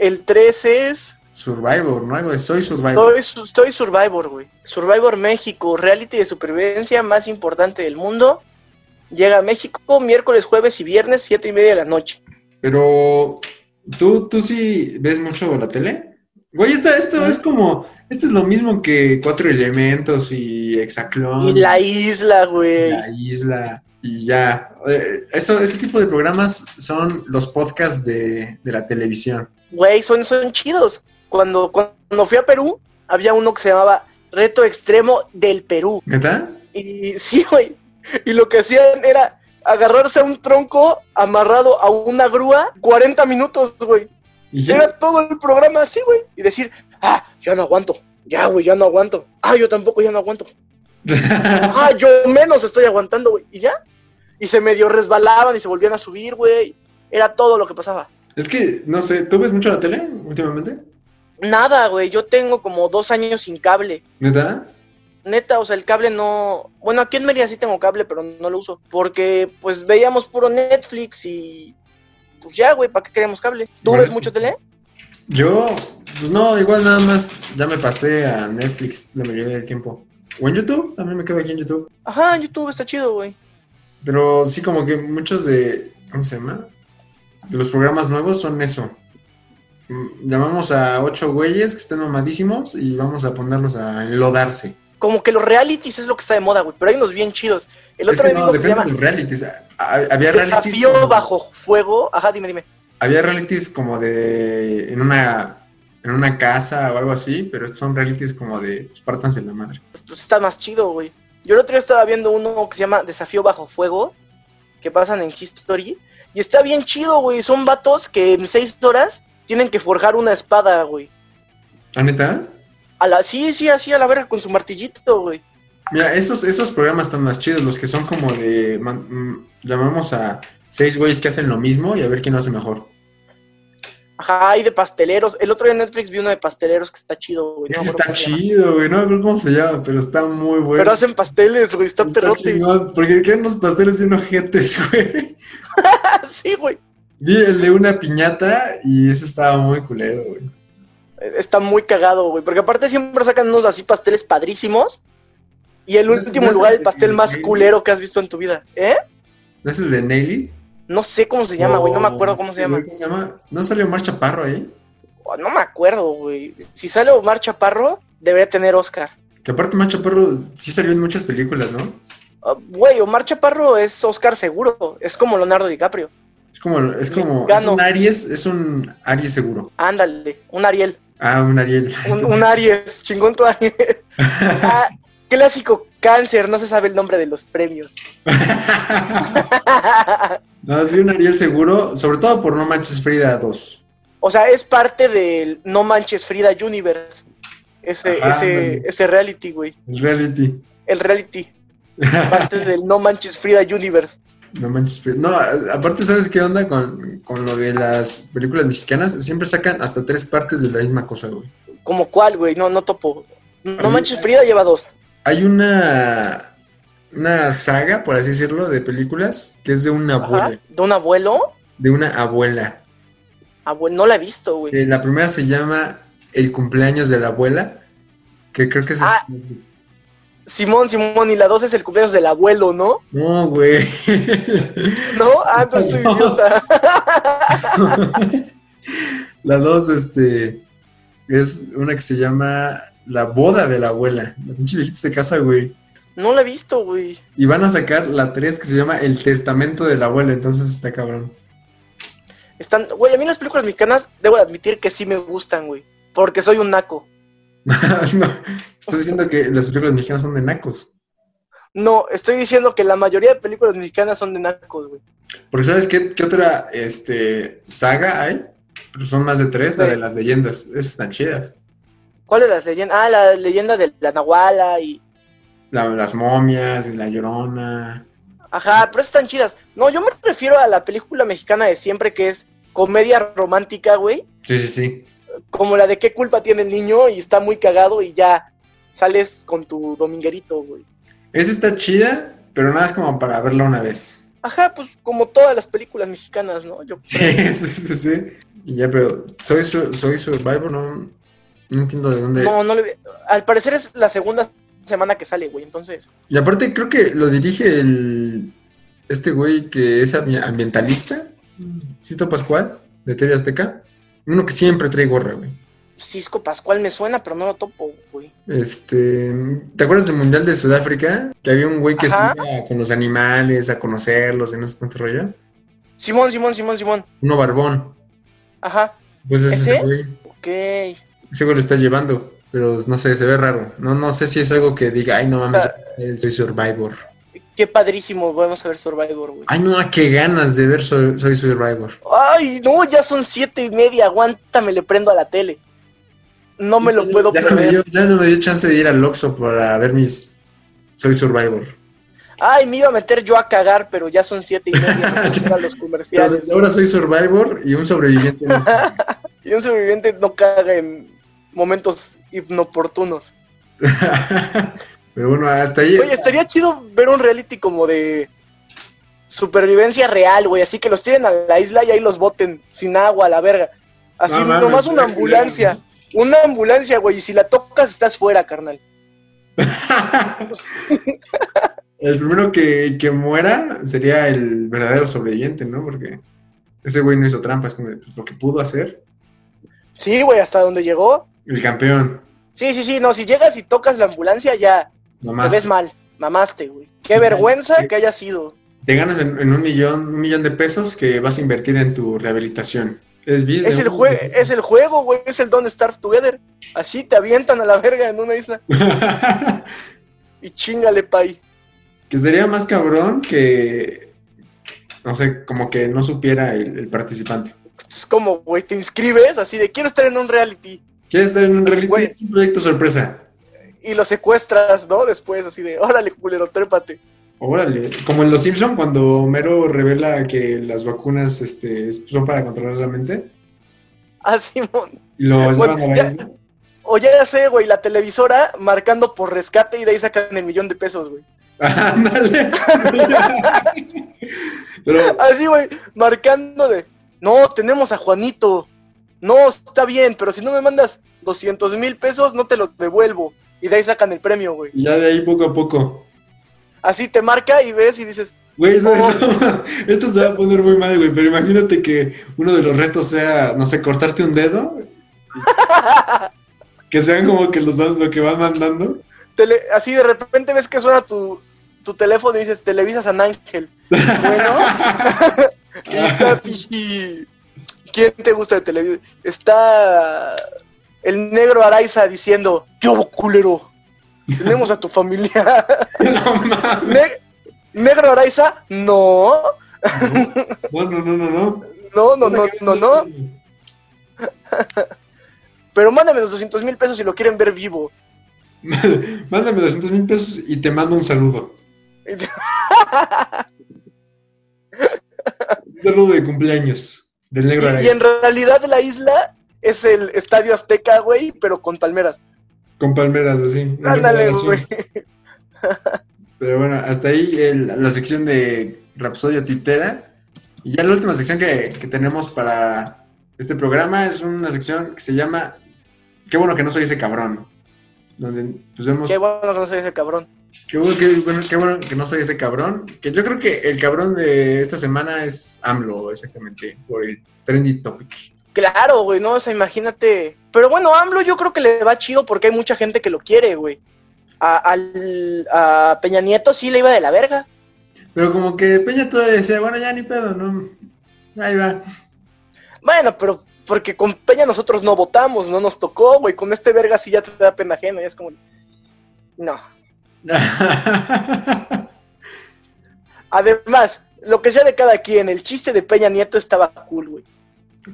[SPEAKER 2] El 3 es.
[SPEAKER 1] Survivor, ¿no? Algo de Soy Survivor.
[SPEAKER 2] Soy, su- soy Survivor, güey. Survivor México, reality de supervivencia más importante del mundo. Llega a México miércoles, jueves y viernes, siete y media de la noche.
[SPEAKER 1] Pero, ¿tú, ¿tú sí ves mucho la tele? Güey, esta, esto es como... Esto es lo mismo que Cuatro Elementos y Hexaclón.
[SPEAKER 2] Y la isla, güey.
[SPEAKER 1] Ah. La isla y ya. Eh, Eso, ese tipo de programas son los podcasts de, de la televisión.
[SPEAKER 2] Güey, son, son chidos. Cuando, cuando fui a Perú, había uno que se llamaba Reto Extremo del Perú.
[SPEAKER 1] ¿Neta?
[SPEAKER 2] Y sí, güey. Y lo que hacían era agarrarse a un tronco amarrado a una grúa 40 minutos, güey.
[SPEAKER 1] Y
[SPEAKER 2] Y
[SPEAKER 1] ya,
[SPEAKER 2] Era todo el programa así, güey. Y decir, ah, yo no aguanto. Ya, güey, ya no aguanto. Ah, yo tampoco, ya no aguanto. Ah, yo menos estoy aguantando, güey. Y ya. Y se medio resbalaban y se volvían a subir, güey. Era todo lo que pasaba.
[SPEAKER 1] es que, no sé, ¿tú ves mucho la tele últimamente?
[SPEAKER 2] Nada, güey. Yo tengo como dos años sin cable.
[SPEAKER 1] ¿Neta?
[SPEAKER 2] Neta, o sea, el cable no... Bueno, aquí en Mérida sí tengo cable, pero no lo uso. Porque, pues, veíamos puro Netflix y... Pues ya, güey, ¿para qué queremos cable? ¿Tú
[SPEAKER 1] Bueno,
[SPEAKER 2] ves
[SPEAKER 1] sí.
[SPEAKER 2] mucho tele?
[SPEAKER 1] Yo, pues no, igual nada más ya me pasé a Netflix la mayoría del tiempo. O en YouTube, también me quedo aquí en YouTube.
[SPEAKER 2] Ajá, YouTube está chido, güey.
[SPEAKER 1] Pero sí, como que muchos de, ¿cómo se llama? De los programas nuevos son eso. Mm, Llamamos a ocho güeyes que estén mamadísimos y vamos a ponerlos a enlodarse.
[SPEAKER 2] Como que los realities es lo que está de moda, güey. Pero hay unos bien chidos. El
[SPEAKER 1] Es
[SPEAKER 2] otro
[SPEAKER 1] que
[SPEAKER 2] día
[SPEAKER 1] no,
[SPEAKER 2] vimos que
[SPEAKER 1] depende
[SPEAKER 2] se llama
[SPEAKER 1] de los realities. Ah, Había realities,
[SPEAKER 2] Desafío
[SPEAKER 1] como,
[SPEAKER 2] Bajo Fuego. Ajá, dime, dime.
[SPEAKER 1] había realities como de en una en una casa o algo así, pero estos son realities como de pues, pártanse la madre.
[SPEAKER 2] Pues está más chido, güey. Yo el otro día estaba viendo uno que se llama Desafío Bajo Fuego. Que pasan en History. Y está bien chido, güey. Son vatos que en seis horas tienen que forjar una espada, güey.
[SPEAKER 1] ¿La neta?
[SPEAKER 2] A la, sí, sí, así a la verga con su martillito, güey.
[SPEAKER 1] Mira, esos, esos programas están más chidos, los que son como de man- mm, llamamos a seis güeyes que hacen lo mismo y a ver quién lo hace mejor.
[SPEAKER 2] Ajá, y de pasteleros. El otro día en Netflix vi uno de pasteleros que está chido, güey. No me
[SPEAKER 1] Ese está
[SPEAKER 2] acuerdo cómo se llama.
[SPEAKER 1] chido, güey, no me acuerdo cómo se llama, pero está muy bueno.
[SPEAKER 2] Pero hacen pasteles, güey. Está,
[SPEAKER 1] Está
[SPEAKER 2] perrote.
[SPEAKER 1] chingón, porque quedan unos pasteles y unos jetes, güey.
[SPEAKER 2] Ah, sí, güey.
[SPEAKER 1] Vi el de una piñata y ese estaba muy culero, güey.
[SPEAKER 2] Está muy cagado, güey. Porque aparte siempre sacan unos así pasteles padrísimos. Y el
[SPEAKER 1] No es-
[SPEAKER 2] último
[SPEAKER 1] no es
[SPEAKER 2] lugar,
[SPEAKER 1] el
[SPEAKER 2] el
[SPEAKER 1] de
[SPEAKER 2] pastel más
[SPEAKER 1] Miguel.
[SPEAKER 2] culero que has visto en tu vida. ¿Eh?
[SPEAKER 1] ¿No es el de Nelly? Oh,
[SPEAKER 2] No sé cómo se llama, güey. No me acuerdo cómo se llama.
[SPEAKER 1] ¿Cómo se llama? ¿No salió Omar Chaparro ahí?
[SPEAKER 2] Oh, No me acuerdo, güey. Si sale Omar Chaparro, debería tener Oscar.
[SPEAKER 1] Que aparte Omar Chaparro sí salió en muchas películas, ¿no?
[SPEAKER 2] Ah, Güey, Omar Chaparro es Oscar seguro. Es como Leonardo DiCaprio.
[SPEAKER 1] Es como, es como, es
[SPEAKER 2] Mexicano.
[SPEAKER 1] un Aries, es un Aries seguro.
[SPEAKER 2] Ándale, un Ariel.
[SPEAKER 1] Ah, un Ariel.
[SPEAKER 2] Un, un Aries, chingón tu Aries. Ah, clásico cáncer, no se sabe el nombre de los premios.
[SPEAKER 1] no, sí, un Ariel seguro, sobre todo por No Manches Frida 2.
[SPEAKER 2] o sea, es parte del No Manches Frida Universe. Ese,
[SPEAKER 1] Ajá,
[SPEAKER 2] ese,
[SPEAKER 1] ándale.
[SPEAKER 2] ese reality, güey.
[SPEAKER 1] el Reality.
[SPEAKER 2] El reality. Parte del No Manches Frida Universe.
[SPEAKER 1] No manches, pero- no, a- aparte, ¿sabes qué onda con, con lo de las películas mexicanas? Siempre sacan hasta tres partes de la misma cosa, güey.
[SPEAKER 2] ¿Como cuál, güey? No, no topo.
[SPEAKER 1] A
[SPEAKER 2] No
[SPEAKER 1] mí-
[SPEAKER 2] Manches Frida lleva dos.
[SPEAKER 1] Hay una, una saga, por así decirlo, de películas que es de una abuela,
[SPEAKER 2] Ajá. De un abuelo.
[SPEAKER 1] de una abuela.
[SPEAKER 2] Abuelo, no la he visto, güey.
[SPEAKER 1] Eh, la primera se llama El cumpleaños de la abuela, que creo que es...
[SPEAKER 2] Ah. Simón, Simón, y la dos es el cumpleaños del abuelo, ¿no?
[SPEAKER 1] No, güey.
[SPEAKER 2] ¿No? Ah, no estoy
[SPEAKER 1] No.
[SPEAKER 2] idiota.
[SPEAKER 1] la dos, este, es una que se llama La boda de la abuela. La pinche viejita se casa, güey.
[SPEAKER 2] No la he visto, güey.
[SPEAKER 1] Y van a sacar la 3 que se llama El Testamento de la Abuela, entonces está cabrón.
[SPEAKER 2] Están, güey, a mí las películas mexicanas debo admitir que sí me gustan, güey, porque soy un naco.
[SPEAKER 1] No, estás diciendo que las películas mexicanas son de nacos.
[SPEAKER 2] No, estoy diciendo que la mayoría de películas mexicanas son de nacos, güey.
[SPEAKER 1] Porque ¿sabes qué, qué otra este, saga hay? Pero son más de tres, la de las leyendas. Esas están chidas.
[SPEAKER 2] ¿Cuál de las leyendas? Ah, la leyenda de la Nahuala y
[SPEAKER 1] La- las momias, La Llorona.
[SPEAKER 2] ajá, pero están chidas. No, yo me refiero a la película mexicana de siempre que es comedia romántica, güey,
[SPEAKER 1] Sí, sí, sí.
[SPEAKER 2] como la de qué culpa tiene el niño y está muy cagado y ya sales con tu dominguerito, güey.
[SPEAKER 1] Esa está chida, pero nada es como para verla una vez.
[SPEAKER 2] Ajá, pues como todas las películas mexicanas, ¿no? Yo
[SPEAKER 1] Sí, sí, sí, sí. Y ya, pero soy, Sur- soy Survivor, no, no entiendo de dónde.
[SPEAKER 2] No, no le vi- Al parecer es la segunda semana que sale, güey. Entonces,
[SPEAKER 1] Y aparte creo que lo dirige el este güey que es ambi- ambientalista, Cito Pascual, de TV Azteca. Uno que siempre trae gorra, güey.
[SPEAKER 2] Cisco Pascual me suena, pero no lo topo, güey.
[SPEAKER 1] Este, ¿te acuerdas del Mundial de Sudáfrica? Que había un güey que se
[SPEAKER 2] Ajá.
[SPEAKER 1] iba con los animales a conocerlos y no sé tanto rollo.
[SPEAKER 2] Simón, Simón, Simón, Simón.
[SPEAKER 1] Uno barbón.
[SPEAKER 2] Ajá.
[SPEAKER 1] Pues es ese
[SPEAKER 2] ¿Ese?
[SPEAKER 1] güey.
[SPEAKER 2] Ok.
[SPEAKER 1] Ese güey lo está llevando. Pero no sé, se ve raro. No, no sé si es algo que diga, ay, no
[SPEAKER 2] Ah.
[SPEAKER 1] mames, soy Survivor.
[SPEAKER 2] Qué padrísimo. Vamos a ver Survivor, güey.
[SPEAKER 1] Ay, no, a qué ganas de ver Soy, Soy Survivor.
[SPEAKER 2] Ay, no, ya son siete y media. Aguántame, le prendo a la tele. No me lo puedo
[SPEAKER 1] ya no me,
[SPEAKER 2] perder.
[SPEAKER 1] dio, ya no me dio chance de ir al Oxxo para ver mis Soy Survivor.
[SPEAKER 2] Ay, me iba a meter yo a cagar, pero ya son siete y media. no puedo ir a los
[SPEAKER 1] Pero
[SPEAKER 2] comerciales.
[SPEAKER 1] desde ahora soy Survivor y un sobreviviente.
[SPEAKER 2] Y un sobreviviente no caga en momentos inoportunos.
[SPEAKER 1] Pero bueno, hasta ahí.
[SPEAKER 2] Oye, estaría chido ver un reality como de supervivencia real, güey. Así que los tiren a la isla y ahí los boten sin agua, a la verga. Así,
[SPEAKER 1] No mames,
[SPEAKER 2] nomás una
[SPEAKER 1] estaría culero,
[SPEAKER 2] ambulancia. Una ambulancia, güey. Y si la tocas, estás fuera, carnal.
[SPEAKER 1] el primero que, que muera sería el verdadero sobreviviente, ¿no? Porque ese güey no hizo trampas, como de, pues, lo que pudo hacer.
[SPEAKER 2] Sí, güey, hasta donde llegó.
[SPEAKER 1] El campeón,
[SPEAKER 2] Sí, sí, sí. No, si llegas y tocas la ambulancia, ya
[SPEAKER 1] nomás.
[SPEAKER 2] te ves mal. Mamaste, güey. Qué
[SPEAKER 1] Ujú,
[SPEAKER 2] vergüenza
[SPEAKER 1] sí.
[SPEAKER 2] que haya sido.
[SPEAKER 1] Te ganas en, en un millón, un millón de pesos que vas a invertir en tu rehabilitación. Es, business,
[SPEAKER 2] Es el,
[SPEAKER 1] ¿no?
[SPEAKER 2] jue- es el juego, güey. Es el Don't Starve Together. Así te avientan a la verga en una isla. Y chingale, pay.
[SPEAKER 1] que sería más cabrón que no sé, como que no supiera el, el participante.
[SPEAKER 2] Es como, güey, te inscribes así de quiero estar en un reality.
[SPEAKER 1] ¿Quieres estar en un
[SPEAKER 2] Pues,
[SPEAKER 1] reality?
[SPEAKER 2] güey.
[SPEAKER 1] Es un proyecto sorpresa.
[SPEAKER 2] y lo secuestras, ¿no? Después, así de, órale, culero, trépate.
[SPEAKER 1] Órale, como en Los Simpson cuando Homero revela que las vacunas este, son para controlar la mente
[SPEAKER 2] Ah, Simón.
[SPEAKER 1] y lo llevan a la
[SPEAKER 2] ya-
[SPEAKER 1] isla.
[SPEAKER 2] O ya sé, güey, la televisora marcando por rescate y de ahí sacan el millón de pesos, güey.
[SPEAKER 1] Ándale. Pero
[SPEAKER 2] Así, Ah, güey, marcando de, no, tenemos a Juanito. No, está bien, pero si no me mandas 200 mil pesos, no te los devuelvo. Y de ahí sacan el premio, güey.
[SPEAKER 1] ya de ahí poco a poco.
[SPEAKER 2] Así te marca y ves y dices,
[SPEAKER 1] Güey, eso- esto se va a poner muy mal, güey, pero imagínate que uno de los retos sea, no sé, cortarte un dedo. Que sean como que los dan- lo que van mandando.
[SPEAKER 2] tele- así de repente ves que suena tu, tu teléfono y dices, Televisa San Ángel. Bueno. Está pinche- ¿Quién te gusta de Televisa? Está el negro Araiza diciendo, yo culero, tenemos a tu familia.
[SPEAKER 1] no mames.
[SPEAKER 2] Ne- negro Araiza, no,
[SPEAKER 1] No, no, no, no, no.
[SPEAKER 2] no, no, no, no, no. Pero mándame los 200 mil pesos si lo quieren ver vivo.
[SPEAKER 1] Mándame 200 mil pesos y te mando un saludo. Un saludo de cumpleaños del
[SPEAKER 2] Y,
[SPEAKER 1] negro
[SPEAKER 2] y
[SPEAKER 1] Araiza.
[SPEAKER 2] en realidad la isla es el Estadio Azteca, güey, pero con palmeras.
[SPEAKER 1] Con palmeras, así. en
[SPEAKER 2] Ándale,
[SPEAKER 1] vegetación.
[SPEAKER 2] güey.
[SPEAKER 1] Pero bueno, hasta ahí el- la sección de Rapsodia Titera. Y ya la última sección que, que tenemos para este programa es una sección que se llama Qué bueno que no soy ese cabrón. Donde pues vemos.
[SPEAKER 2] Qué bueno que no soy ese cabrón.
[SPEAKER 1] Qué bueno, qué bueno- qué bueno que no soy ese cabrón. Que yo creo que el cabrón de esta semana es AMLO, exactamente, por el trendy topic.
[SPEAKER 2] Claro, güey, no, o sea, imagínate. Pero bueno, AMLO yo creo que le va chido porque hay mucha gente que lo quiere, güey. A, al- a Peña Nieto sí le iba de la verga.
[SPEAKER 1] Pero como que Peña todavía decía, bueno, ya ni pedo, no. Ahí va.
[SPEAKER 2] Bueno, pero porque con Peña nosotros no votamos, no nos tocó, güey. Con este verga sí ya te da pena ajena, ya es como. No. Además, lo que sea de cada quien, el chiste de Peña Nieto estaba cool, güey.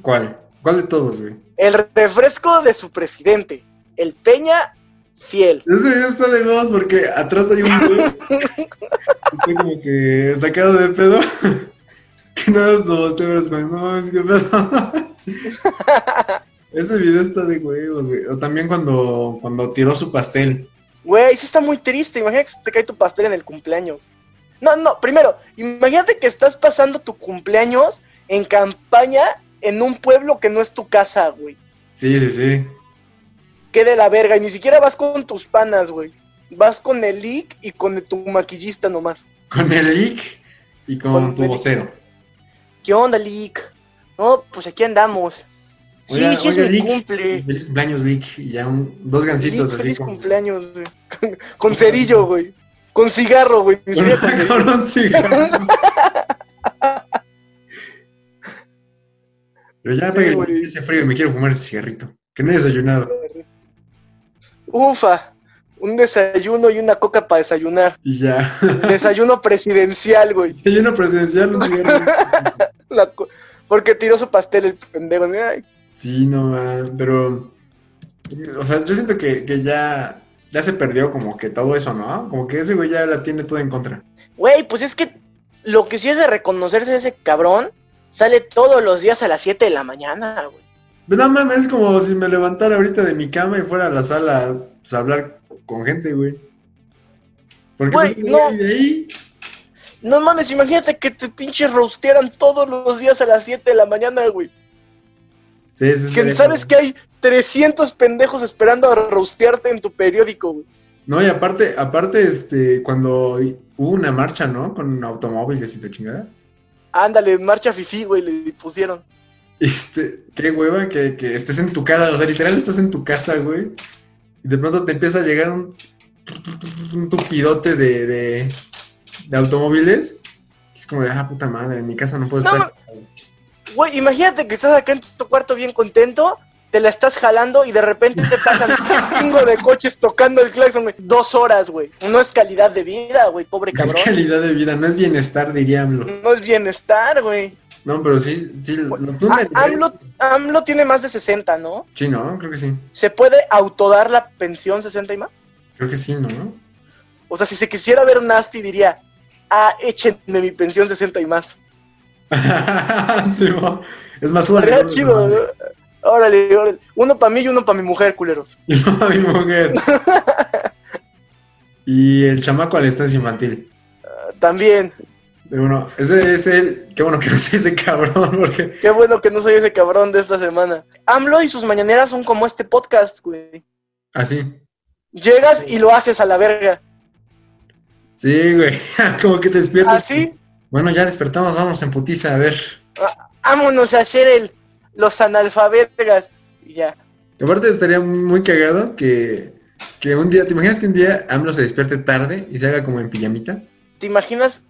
[SPEAKER 1] ¿Cuál? ¿Cuál de todos, güey?
[SPEAKER 2] El refresco de su presidente, el Peña fiel.
[SPEAKER 1] Ese video está de dos porque atrás hay un güey que está como que sacado de pedo. Que nada más lo voltea a ver, es como, no mames, qué pedo. Ese video está de huevos, güey. O también cuando, cuando tiró su pastel.
[SPEAKER 2] Güey, sí está muy triste. Imagínate que se te cae tu pastel en el cumpleaños. No, no, primero, imagínate que estás pasando tu cumpleaños en campaña en un pueblo que no es tu casa, güey.
[SPEAKER 1] Sí, sí, sí.
[SPEAKER 2] Qué de la verga. Y ni siquiera vas con tus panas, güey. Vas con el leak y con tu maquillista nomás.
[SPEAKER 1] Con el leak y con,
[SPEAKER 2] Con
[SPEAKER 1] tu
[SPEAKER 2] el-
[SPEAKER 1] vocero.
[SPEAKER 2] ¿Qué onda, leak? No, pues aquí andamos. Sí,
[SPEAKER 1] Oiga,
[SPEAKER 2] sí
[SPEAKER 1] oiga,
[SPEAKER 2] es mi
[SPEAKER 1] Lick,
[SPEAKER 2] cumple.
[SPEAKER 1] Feliz cumpleaños, Lick. Y ya un- dos
[SPEAKER 2] Leak,
[SPEAKER 1] gancitos así
[SPEAKER 2] feliz
[SPEAKER 1] como.
[SPEAKER 2] cumpleaños, güey. Con, con cerillo, güey. Con cigarro, güey. Ni siquiera con cerillo.
[SPEAKER 1] Con un cigarro. Pero ya
[SPEAKER 2] Sí,
[SPEAKER 1] pega
[SPEAKER 2] güey.
[SPEAKER 1] ese frío y me quiero fumar ese cigarrito. Que no he desayunado.
[SPEAKER 2] Ufa, un desayuno y una coca para desayunar.
[SPEAKER 1] Y ya.
[SPEAKER 2] Desayuno presidencial, güey.
[SPEAKER 1] Desayuno presidencial, un cigarro.
[SPEAKER 2] La co- Porque tiró su pastel el pendejo. ¿no? Ay,
[SPEAKER 1] Sí, no más, pero. O sea, yo siento que, que ya. Ya se perdió como que todo eso, ¿no? Como que ese güey ya la tiene todo en contra.
[SPEAKER 2] Güey, pues es que lo que sí es de reconocerse ese cabrón sale todos los días a las 7 de la mañana, güey.
[SPEAKER 1] Pero no mames, Pues es como si me levantara ahorita de mi cama y fuera a la sala pues, a hablar con gente, güey. Porque
[SPEAKER 2] Güey,
[SPEAKER 1] este
[SPEAKER 2] no.
[SPEAKER 1] güey de ahí.
[SPEAKER 2] No mames, imagínate que te pinches rostearan todos los días a las 7 de la mañana, güey.
[SPEAKER 1] Sí, sí,
[SPEAKER 2] Que
[SPEAKER 1] sí.
[SPEAKER 2] sabes que hay 300 pendejos esperando a rostearte en tu periódico, güey.
[SPEAKER 1] No, y aparte, aparte, este, cuando hubo una marcha, ¿no? Con automóviles y la chingada.
[SPEAKER 2] Ándale, marcha fifi, güey, le pusieron.
[SPEAKER 1] Este, qué hueva que, que estés en tu casa, o sea, literal estás en tu casa, güey. Y de pronto te empieza a llegar un, un tupidote de, de, de automóviles. Es como de, ah, puta madre, en mi casa no puedo
[SPEAKER 2] No,
[SPEAKER 1] estar.
[SPEAKER 2] Güey, imagínate que estás acá en tu cuarto bien contento, te la estás jalando y de repente te pasan un chingo de coches tocando el claxon, güey. Dos horas, güey. No es calidad de vida, güey, pobre
[SPEAKER 1] No es
[SPEAKER 2] cabrón.
[SPEAKER 1] calidad de vida, no es bienestar, diría AMLO.
[SPEAKER 2] No es bienestar, güey.
[SPEAKER 1] No, pero sí, sí, lo- tú
[SPEAKER 2] A-
[SPEAKER 1] me-
[SPEAKER 2] AMLO, AMLO tiene más de 60, ¿no?
[SPEAKER 1] Sí, ¿no? Creo que sí.
[SPEAKER 2] ¿Se puede autodar la pensión 60 y más?
[SPEAKER 1] Creo que sí, ¿no?
[SPEAKER 2] O sea, si se quisiera ver nasty, diría, ah, échenme mi pensión 60 y más.
[SPEAKER 1] Sí, mo. es más suave.
[SPEAKER 2] Estaría chido, ¿no? Órale, órale. Uno para mí y uno para mi mujer, culeros.
[SPEAKER 1] Y no a mi mujer. y el chamaco a la estancia infantil.
[SPEAKER 2] Ah, También.
[SPEAKER 1] Pero bueno, ese es el. Qué bueno que no sé ese cabrón, porque.
[SPEAKER 2] Qué bueno que no soy ese cabrón de esta semana. AMLO y sus mañaneras son como este podcast, güey.
[SPEAKER 1] Así.
[SPEAKER 2] Llegas y lo haces a la verga.
[SPEAKER 1] Sí, güey. Como que te despiertas.
[SPEAKER 2] Así,
[SPEAKER 1] Bueno, ya despertamos, vamos en putiza, a ver.
[SPEAKER 2] vámonos a hacer el, los analfabergas. Y ya.
[SPEAKER 1] Que aparte estaría muy cagado que. Que un día. ¿Te imaginas que un día AMLO se despierte tarde y se haga como en pijamita?
[SPEAKER 2] ¿Te imaginas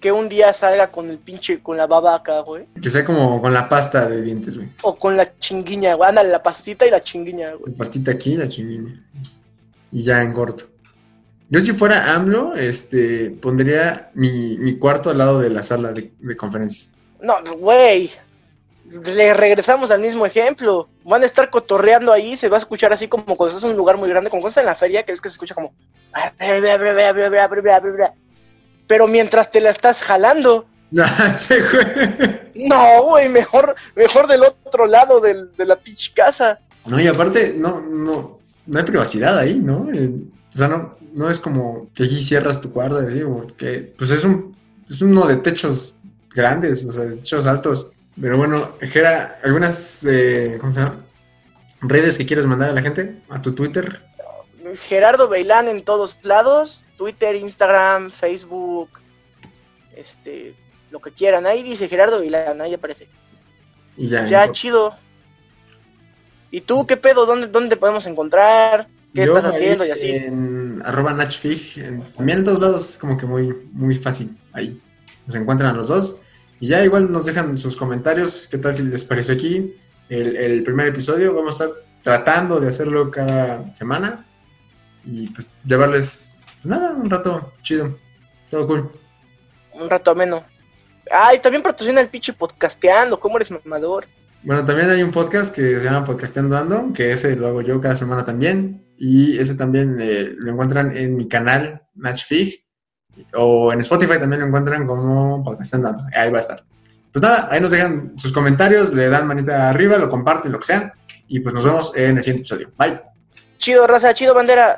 [SPEAKER 2] que un día salga con el pinche, con la baba acá, güey?
[SPEAKER 1] Que sea como con la pasta de dientes, güey.
[SPEAKER 2] O con la chinguiña, güey. Ándale, la pastita y la chinguiña, güey.
[SPEAKER 1] La pastita aquí, la chinguina. Y ya en corto. Yo si fuera AMLO, este, pondría mi, mi cuarto al lado de la sala de, de conferencias.
[SPEAKER 2] No, güey. Le regresamos al mismo ejemplo. Van a estar cotorreando ahí, se va a escuchar así como cuando estás en un lugar muy grande, como cuando estás en la feria, que es que se escucha como... Pero mientras te la estás jalando...
[SPEAKER 1] Se fue.
[SPEAKER 2] No, güey, mejor, mejor del otro lado del- de la pinche casa.
[SPEAKER 1] No, y aparte, no, no, no hay privacidad ahí, ¿no? Eh, o sea, no, no es como que aquí cierras tu cuarto, así, porque pues es un, es uno de techos grandes, o sea, de techos altos. Pero bueno, Jera, algunas, eh, ¿cómo se llama? Redes que quieres mandar a la gente, a tu Twitter,
[SPEAKER 2] Gerardo Beilán en todos lados, Twitter, Instagram, Facebook, este, lo que quieran. Ahí dice Gerardo Beilán, ahí aparece.
[SPEAKER 1] y ya.
[SPEAKER 2] Pues Ya, chido. ¿Y tú qué pedo? ¿Dónde, dónde te podemos encontrar? ¿Qué
[SPEAKER 1] Yo pues, este,
[SPEAKER 2] estás
[SPEAKER 1] ahí
[SPEAKER 2] haciendo y así?
[SPEAKER 1] En arroba Nachfig, en- también en todos lados, como que muy, muy fácil ahí. Nos encuentran los dos. Y ya igual nos dejan sus comentarios, qué tal si les pareció aquí el, el primer episodio. Vamos a estar tratando de hacerlo cada semana y pues llevarles, pues nada, un rato chido. Todo cool.
[SPEAKER 2] Un rato ameno. Ay, también patrocina el pinche podcasteando. ¿Cómo eres mamador?
[SPEAKER 1] Bueno, también hay un podcast que se llama Podcasteando Ando, que ese lo hago yo cada semana también. Y ese también eh, lo encuentran en mi canal, Natchfig. O en Spotify también lo encuentran como Podcasteando Ando. Ahí va a estar. Pues nada, ahí nos dejan sus comentarios, le dan manita arriba, lo comparten, lo que sea. Y pues nos vemos en el siguiente episodio. Bye.
[SPEAKER 2] Chido, raza, chido, bandera.